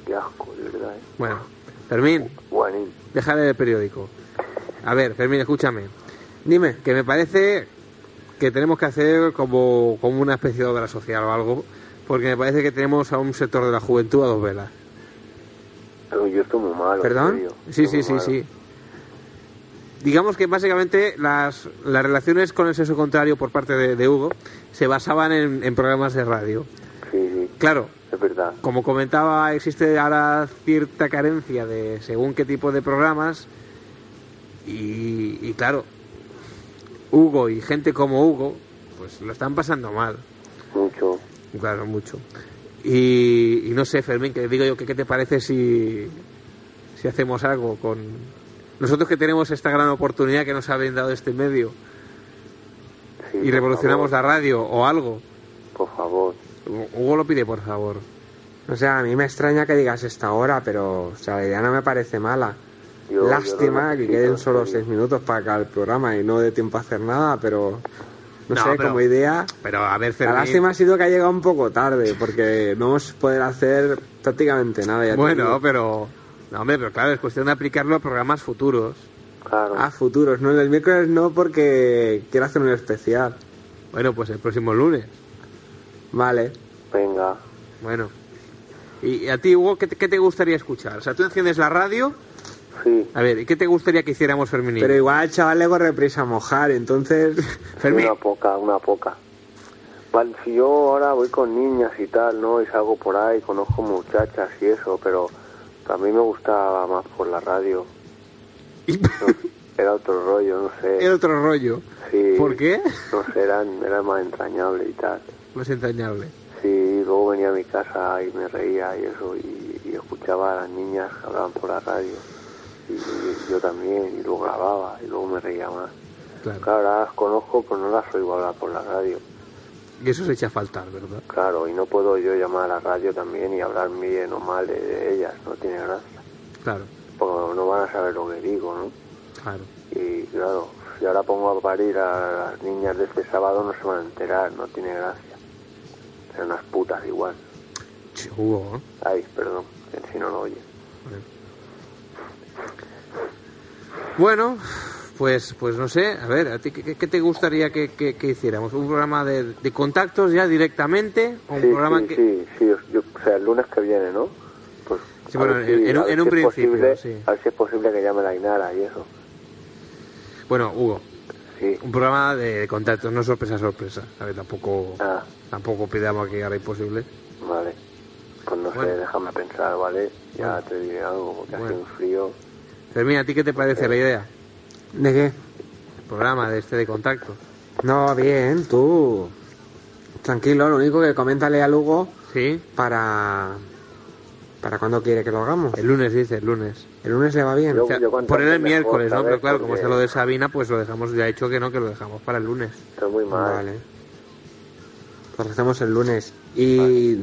E: Qué asco, de verdad, ¿eh?
A: Bueno, Fermín,
E: Guanín.
A: déjale el periódico. A ver, Fermín, escúchame. Dime, que me parece que tenemos que hacer como, como una especie de obra social o algo, porque me parece que tenemos a un sector de la juventud a dos velas.
E: Pero yo estoy muy malo. en
A: ¿Perdón?
E: serio.
A: Sí,
E: Estoy
A: sí, sí,
E: muy malo.
A: sí. Digamos que básicamente las, las relaciones con el sexo contrario por parte de, de Hugo se basaban en, en programas de radio.
E: Sí, sí,
A: Claro,
E: es verdad.
A: como comentaba, existe ahora cierta carencia de según qué tipo de programas y, y claro, Hugo y gente como Hugo, pues lo están pasando mal,
E: Mucho.
A: claro, mucho. Y, y no sé, Fermín, que digo yo, que ¿qué te parece si, si hacemos algo con... Nosotros que tenemos esta gran oportunidad que nos ha brindado este medio
E: Sí,
A: y revolucionamos la radio o algo,
E: Por favor.
A: Hugo lo pide, por favor.
B: O sea, a mí me extraña que digas esta hora, pero o sea, la idea no me parece mala.
E: Yo- yo no
B: Lástima
E: lo
B: que
E: necesito,
B: queden
E: en
B: solo
E: serio.
B: seis minutos para acabar el programa y no dé tiempo a hacer nada, pero no,
A: No,
B: sé,
A: pero-
B: como idea.
A: Pero a ver,
B: La
A: Fermín...
B: lástima ha sido que ha llegado un poco tarde, porque no vamos a poder hacer prácticamente nada. ya te
A: Bueno,
B: digo.
A: pero. No, hombre, pero claro, es cuestión de aplicarlo a programas futuros.
E: Claro.
B: Ah, futuros, no, el del miércoles no, porque quiero hacer un especial.
A: Bueno, pues el próximo lunes.
B: Vale.
E: Venga.
A: Bueno. ¿Y y a ti, Hugo, qué te, qué te gustaría escuchar? O sea, tú enciendes la radio.
E: Sí.
A: A ver, ¿y qué te gustaría que hiciéramos, Fermín?
B: Pero igual al chaval le corre prisa a mojar, entonces.
A: Fermín,
E: Una poca, una poca. Vale, si yo ahora voy con niñas y tal, ¿no? Y salgo por ahí, conozco muchachas y eso, pero también me gustaba más por la radio. Era otro rollo, no
A: el
E: sé.
A: otro rollo.
E: Sí.
A: ¿Por qué?
E: No sé, eran, era más entrañable y tal.
A: Más entrañable.
E: Sí, y luego venía a mi casa y me reía y eso, y, y escuchaba a las niñas que hablaban por la radio. Y, y yo también, y lo grababa, y luego me reía más.
A: Claro.
E: Claro, ahora las conozco, pero no las oigo hablar por la radio.
A: Y eso se echa a faltar, ¿verdad?
E: Claro, y no puedo yo llamar a la radio también y hablar bien o mal de, de ellas, no tiene gracia.
A: Claro,
E: Porque no van a saber lo que digo, ¿no?
A: claro.
E: Y claro, si ahora pongo a parir a las niñas de este sábado no se van a enterar, no tiene gracia. Son unas putas igual.
A: Che, Hugo, ¿eh?
E: Ay, perdón, que si no lo oye.
A: Bueno, pues, pues no sé, a ver, ¿a ti qué, qué- qué te gustaría que, que- que hiciéramos? ¿Un programa de, de contactos ya directamente? ¿O un
E: Sí,
A: programa
E: sí,
A: que.?
E: sí, sí, yo- yo- o sea, el lunes que viene, ¿no? Pues,
A: Sí,
E: a
A: bueno,
E: ver
A: en- en
E: a
A: un-
E: ver
A: en un
E: si es
A: principio,
E: posible-
A: sí.
E: A ver si es posible que llame la Inara y eso.
A: Bueno, Hugo,
E: Sí.
A: un programa de contactos, no sorpresa, sorpresa. A ver, tampoco,
E: Ah,
A: tampoco pidamos que ahora imposible.
E: vale. Pues no
A: Bueno.
E: sé, déjame pensar, ¿vale? Ya
A: Bueno.
E: te diré algo, porque hace
A: Bueno.
E: un frío.
A: Fermín, ¿a ti qué te parece la idea?
B: ¿De qué?
A: El programa de este de contactos.
B: No, bien, tú. Tranquilo, lo único que coméntale a Lugo
A: ¿Sí?
B: para. para cuando quiere que lo hagamos.
A: El lunes, dice, el lunes.
B: El lunes le va bien.
E: Yo-
A: O sea,
E: cuanto
A: poner el
E: antes mejor,
A: miércoles, ¿no?
E: ¿sabes?
A: Pero claro, como
E: Porque
A: está lo de Sabina, pues lo dejamos ya hecho que no, que lo dejamos para el lunes.
E: Estoy muy mal.
B: Vale. Pues lo hacemos el lunes. ¿Y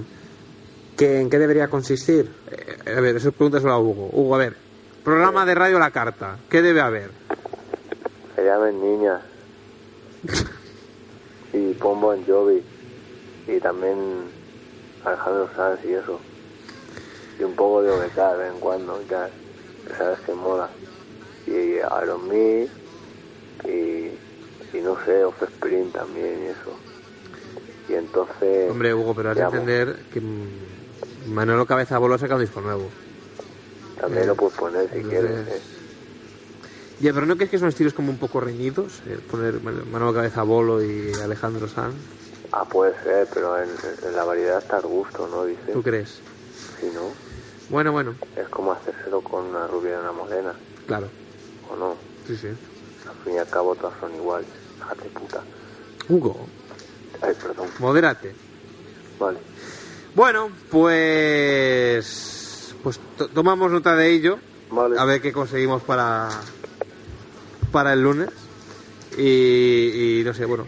B: ¿qué, en qué debería consistir?
A: Eh, a ver, esas preguntas son a Hugo. Hugo, a ver, programa de radio La Carta, ¿qué debe haber?
E: Se llamen niñas. y Pombo en Jovi. Y también Alejandro Sanz y eso. Y un poco de OBK de vez en cuando, ya. que Sabes que mola. Y Aaron Me. Y, y no sé, Off Spring también y eso. Y entonces.
A: Hombre, Hugo, pero has de
E: llamo.
A: entender que mm, Manolo Cabeza Bolo saca un disco nuevo.
E: También lo puedes poner si
A: entonces-
E: quieres. ¿eh?
A: Ya, pero ¿no crees que son estilos como un poco reñidos? Eh, poner Man- Manolo Cabeza Bolo y Alejandro Sanz,
E: Ah, puede ser, pero en, en la variedad está al gusto, ¿no? Dice.
A: ¿tú crees?
E: Si no,
A: Bueno, bueno,
E: es como hacérselo con una rubia y una morena,
A: claro,
E: ¿o no?
A: sí, sí.
E: Al fin y al cabo todas son iguales, jate puta.
A: Hugo,
E: Ay, perdón,
A: modérate.
E: vale.
A: Bueno, pues... Pues to- tomamos nota de ello.
E: Vale,
A: a ver qué conseguimos para para el lunes y, y no sé bueno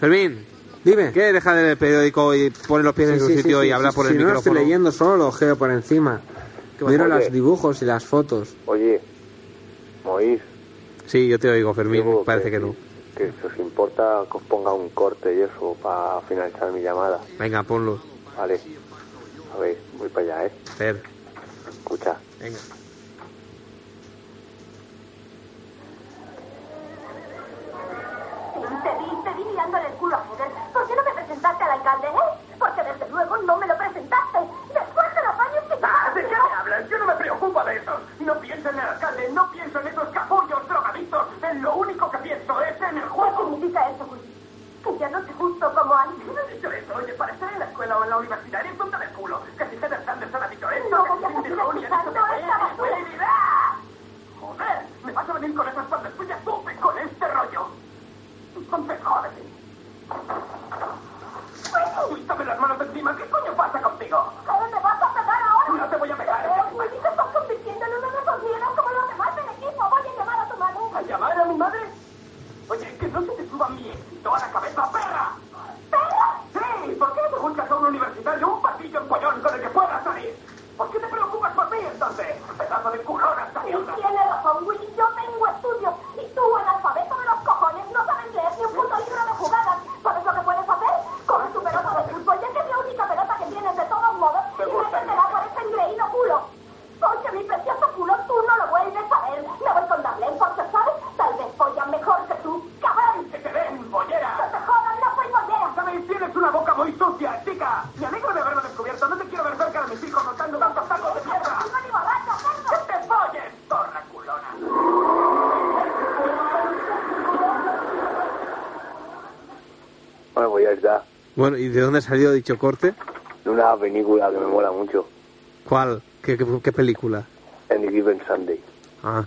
A: Fermín
B: Dime.
A: ¿qué deja del periódico y pone los pies en su
B: Sí, sí,
A: sitio
B: sí,
A: y
B: sí,
A: habla
B: sí,
A: por
B: si
A: el
B: no lo estoy
A: micrófono
B: leyendo solo, lo geo por encima.
E: ¿Qué
B: Miro
E: pasa?
B: los dibujos y las fotos.
E: oye, Moís,
A: sí yo te oigo Fermín
E: digo
A: parece que no
E: Que si os importa que os ponga un corte y eso para finalizar mi llamada.
A: venga ponlo
E: Vale. A ver, voy para allá, ¿eh?
A: Fer,
E: Escucha.
A: venga.
F: Te vi, te vi mirándole el culo a Heather. ¿Por qué no me presentaste al alcalde, eh? Porque desde luego no me lo presentaste. Después de los años que...
G: Ah, ¿De qué me hablas? Yo no me preocupo de esos. No pienso en el alcalde, no pienso en esos capullos drogadictos. En lo único que pienso es en el
F: ¿Qué
G: juego.
F: significa eso, Willy? Que ya no te gusto como antes.
G: ¿Quién ha dicho eso? Oye, para estar en la escuela o en la universidad eres tonta del culo. Que si Heather Sanders ha dicho eso,
F: No
G: que
F: voy a
G: si Cindy
F: seguir
G: Rowley ha dicho
F: escuchando
G: que-
F: esta basura.
G: ¡Willy, ah! ¡Joder! ¿Me vas a venir con esas partes tuyas tú? ¿Con este rollo? Entonces, jódete. Bueno, quítame las manos de encima. ¿Qué coño pasa contigo?
F: ¿Pero me vas a pegar ahora?
G: No te voy a pegar.
F: Pero, Willy, te estás convirtiendo en una resolviera como los demás del equipo. Voy a llamar a tu madre.
G: ¿A llamar a mi madre? Oye, que no se te suba mi éxito a la cabeza, perra. ¿Perra? Sí, ¿por qué no te buscas a un universitario un patillo empollón con el que puedas salir? ¿Por qué te preocupas por mí entonces? Pedazo de curona, esta
F: Él
G: mierda.
F: tiene razón, Willy. Yo tengo estudios. Y tú, el alfabeto de los cojones, no sabes leer ni un puto libro de jugadas. ¿Sabes lo que puedes hacer? Coge tu pelota de fútbol, ya que es la única pelota que tienes de todos modos,
G: Me
F: y
G: gusta.
F: métetela por ese engreído culo. Porque mi precioso culo tú no lo vuelves a ver. Me voy con Darlene porque, ¿sabes? Tal vez polla mejor que tú. ¡Cabrón!
G: ¡Que te den, bollera!
F: ¡Que te jodan! ¡No soy bollera!
G: ¿Sabes? Tienes una boca muy sucia, chica. Me alegro de haberlo descubierto. No te quiero ver cerca de mis hijos soltando tantos tacos de mierda.
F: ¡No ni borracha, cerdo!
G: ¡Que te follen, zorra culona!
E: Bueno, pues ya está.
A: Bueno, ¿y de dónde salió dicho corte?
E: De una película que me mola mucho.
A: ¿Cuál? ¿Qué, qué- qué película?
E: Any Given Sunday.
A: Ah.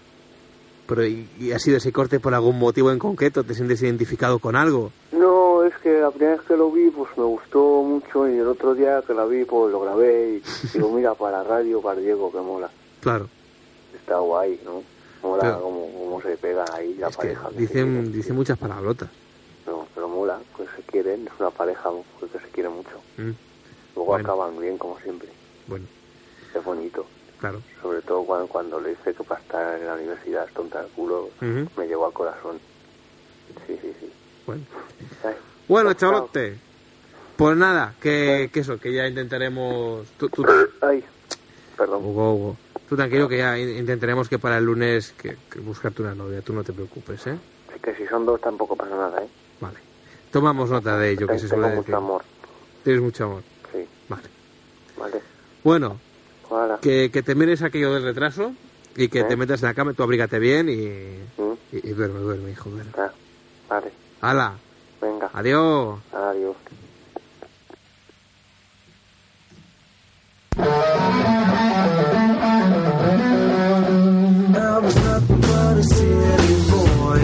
A: Pero, ¿y, y ha sido ese corte por algún motivo en concreto? ¿Te sientes identificado con algo?
E: No, es que la primera vez que lo vi, pues me gustó mucho y el otro día que la vi, pues lo grabé y digo, mira, para radio, para Diego, que mola.
A: Claro.
E: Está guay, ¿no? Mola
A: Pero-
E: como, como se pega ahí la
A: Es que
E: pareja. que se
A: dicen,
E: quiere.
A: dicen muchas palabrotas.
E: No, pero mola, que se quieren, es una pareja pues, que se quiere mucho.
A: Mm,
E: Luego
A: Bueno.
E: acaban bien, como siempre.
A: Bueno,
E: Es bonito.
A: claro.
E: Sobre todo cuando, cuando le dice que para estar en la universidad es tonta el culo,
A: Ujú.
E: me llevó al corazón. Sí, sí, sí.
A: Bueno.
E: Ay,
A: Bueno,
E: chao.
A: chavalote. Pues nada, que, que eso, que ya intentaremos. Tú, tú-
E: Ay, perdón.
A: Hugo, Hugo, tú tranquilo que ya in- intentaremos que para el lunes que, que buscarte una novia, tú no te preocupes, ¿eh?
E: Es que si son dos tampoco pasa nada, ¿eh?
A: Vale. Tomamos nota de ello, que
E: Ten-
A: se
E: tengo
A: suele decir.
E: mucho amor.
A: Tienes mucho amor.
E: Sí,
A: Vale.
E: vale.
A: Bueno,
E: Hola.
A: que, que te mires aquello del retraso y que
E: ¿Eh?
A: te metas en la cama, tú abrígate bien y,
E: Mm,
A: y, y duerme, duerme, hijo. duerme.
E: ah, vale,
A: ¡Hala!
E: venga.
A: ¡Adiós!
E: Adiós.
D: I was nothing but a city boy.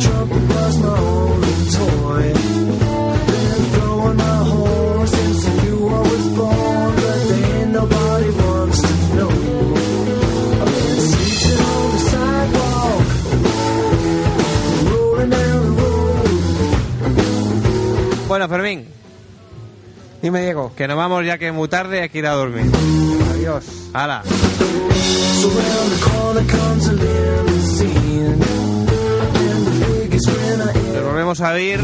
D: Trouble was my only toy. Been throwing my whole since I knew I was born, but there ain't nobody wants to know. I've been sleeping on the sidewalk, rolling down the road.
A: Bueno, Fermín,
B: Dime, Diego.
A: que nos vamos ya que es muy tarde hay que ir a dormir.
B: Adiós.
A: ¡Hala!
D: So round the corner comes a limousine, and the biggest winner is
A: Nos volvemos a ir.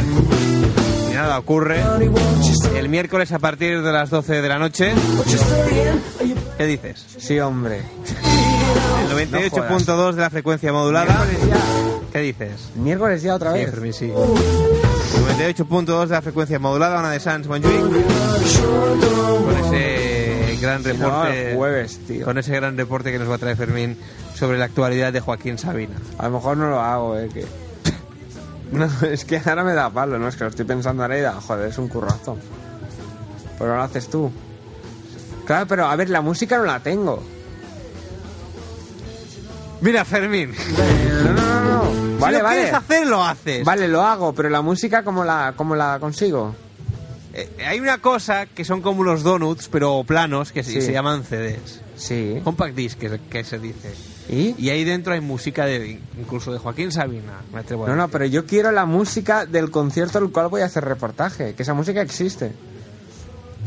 A: Y nada, ocurre.
D: money. Won't you say
A: El miércoles a partir de las 12 de la noche.
D: what you're saying? Are you
A: ¿Qué dices?
B: Sí, hombre.
A: El 98.2 de la frecuencia modulada. ¿Qué dices?
B: Miércoles ya otra
A: Sí,
B: vez.
A: Fermín, sí. 98.2 de la frecuencia modulada, una de Sans Montjuic, con ese gran
B: No,
A: reporte,
B: el jueves, tío.
A: con ese gran reporte que nos va a traer Fermín sobre la actualidad de Joaquín Sabina.
B: A lo mejor no lo hago, eh. que- No, es que ahora me da palo, ¿no? Es que lo estoy pensando ahora y da, joder, es un currazo. Pero no lo haces tú. Claro, pero a ver, la música no la tengo.
A: Mira, Fermín,
B: No, no, no, no. Vale,
A: si lo
B: vale.
A: quieres hacer, lo haces.
B: Vale, lo hago, pero la música, ¿cómo la, cómo la consigo?
A: Eh, hay una cosa que son como los donuts, pero planos, que se-
B: Sí.
A: se llaman CDs.
B: Sí.
A: Compact disc, que, se- que se dice.
B: ¿Y?
A: Y ahí dentro hay música de incluso de Joaquín Sabina, me atrevo a
B: No, no,
A: decir.
B: pero yo quiero la música del concierto al cual voy a hacer reportaje, que esa música existe.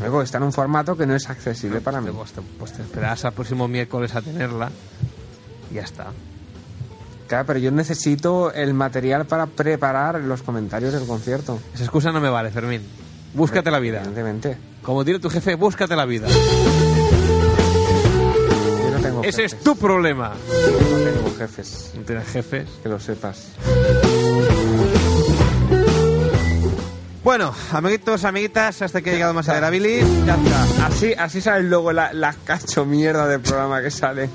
B: Luego está en un formato que no es accesible para mí.
A: Pues te, pues te esperarás al próximo miércoles a tenerla. Y ya está.
B: Claro, pero yo necesito el material para preparar los comentarios del concierto.
A: Esa excusa no me vale, Fermín. Búscate la vida.
B: Evidentemente.
A: Como diría tu jefe, búscate la vida.
B: Yo no tengo
A: Ese es
B: jefes.
A: tu problema.
B: Yo no tengo jefes.
A: No tienes jefes.
B: Que lo sepas.
A: Bueno, amiguitos, amiguitas, hasta que he llegado más a Verabilis. Ya está.
B: Así, así salen luego la- las cacho mierda del programa que salen.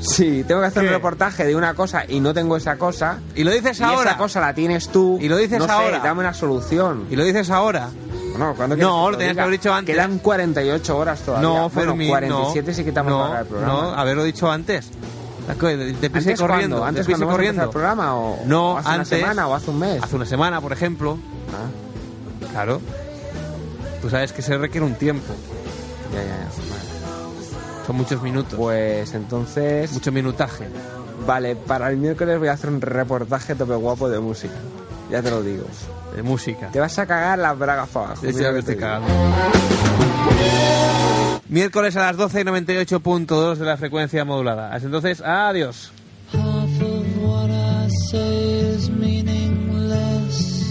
B: Sí, tengo que hacer
A: ¿Qué?
B: un reportaje de una cosa y no tengo esa cosa.
A: Y lo dices
B: Y
A: ahora.
B: esa cosa la tienes tú.
A: Y lo dices
B: No sé,
A: ahora.
B: dame una solución.
A: Y lo dices ahora.
B: No, ¿cuándo quieres
A: No,
B: que te
A: lo tenías que
B: diga?
A: haber dicho antes.
B: Quedan 48 horas todavía.
A: No,
B: Bueno,
A: Fermín,
B: 47
A: no.
B: sí que te vamos a
A: no,
B: pagar el programa.
A: No, haberlo dicho antes. Te pise
B: ¿Antes
A: corriendo.
B: cuándo? ¿Antes
A: te pise
B: cuando
A: corriendo.
B: el programa? ¿O,
A: No,
B: o hace
A: antes.
B: una semana o hace un mes?
A: Hace una semana, por ejemplo.
B: Ah,
A: Claro. Tú sabes que se requiere un tiempo.
B: ya, ya, ya, vale.
A: Son muchos minutos.
B: Pues entonces...
A: Mucho minutaje.
B: Vale, para el miércoles voy a hacer un reportaje tope guapo de música. Ya te lo digo.
A: De música.
B: Te vas a cagar las bragas para abajo.
A: Sí, sí,
B: mira
A: ahora
B: lo que
A: estoy
B: te digo.
A: cagado. Miércoles a las 12 y 98.2 de la frecuencia modulada. Hasta entonces, adiós.
H: Half of what I say is meaningless,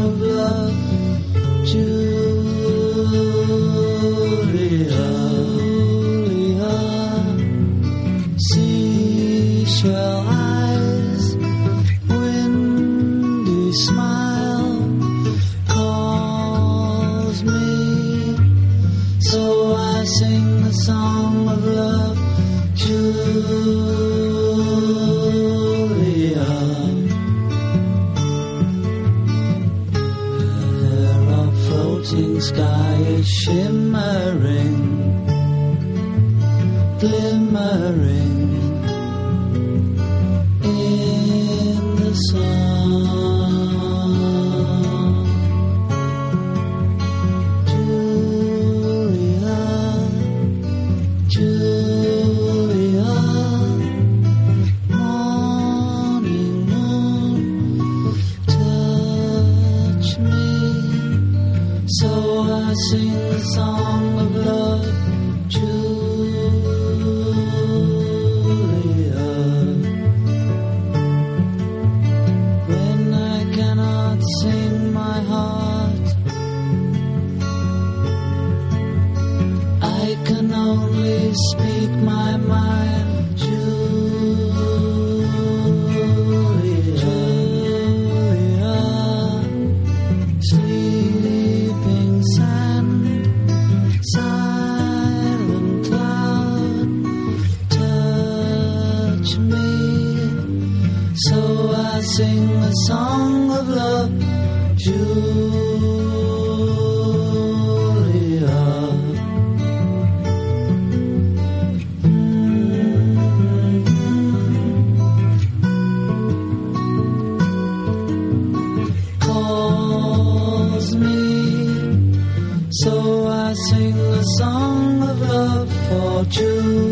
H: of love, Julia. Julia. Seashell eyes, windy smile calls me. So I sing the song of love, Julia. There our floating sky is shimmering, glimmering in the sun. Julia, Julia, morning moon touch me. So I sing the song of love, Julia. When I cannot sing my heart, I can only speak my mind, Julia. Sleeping sand, silent cloud, touch me. So I sing the song of love, Julia. calls me. So I sing a song of love for you.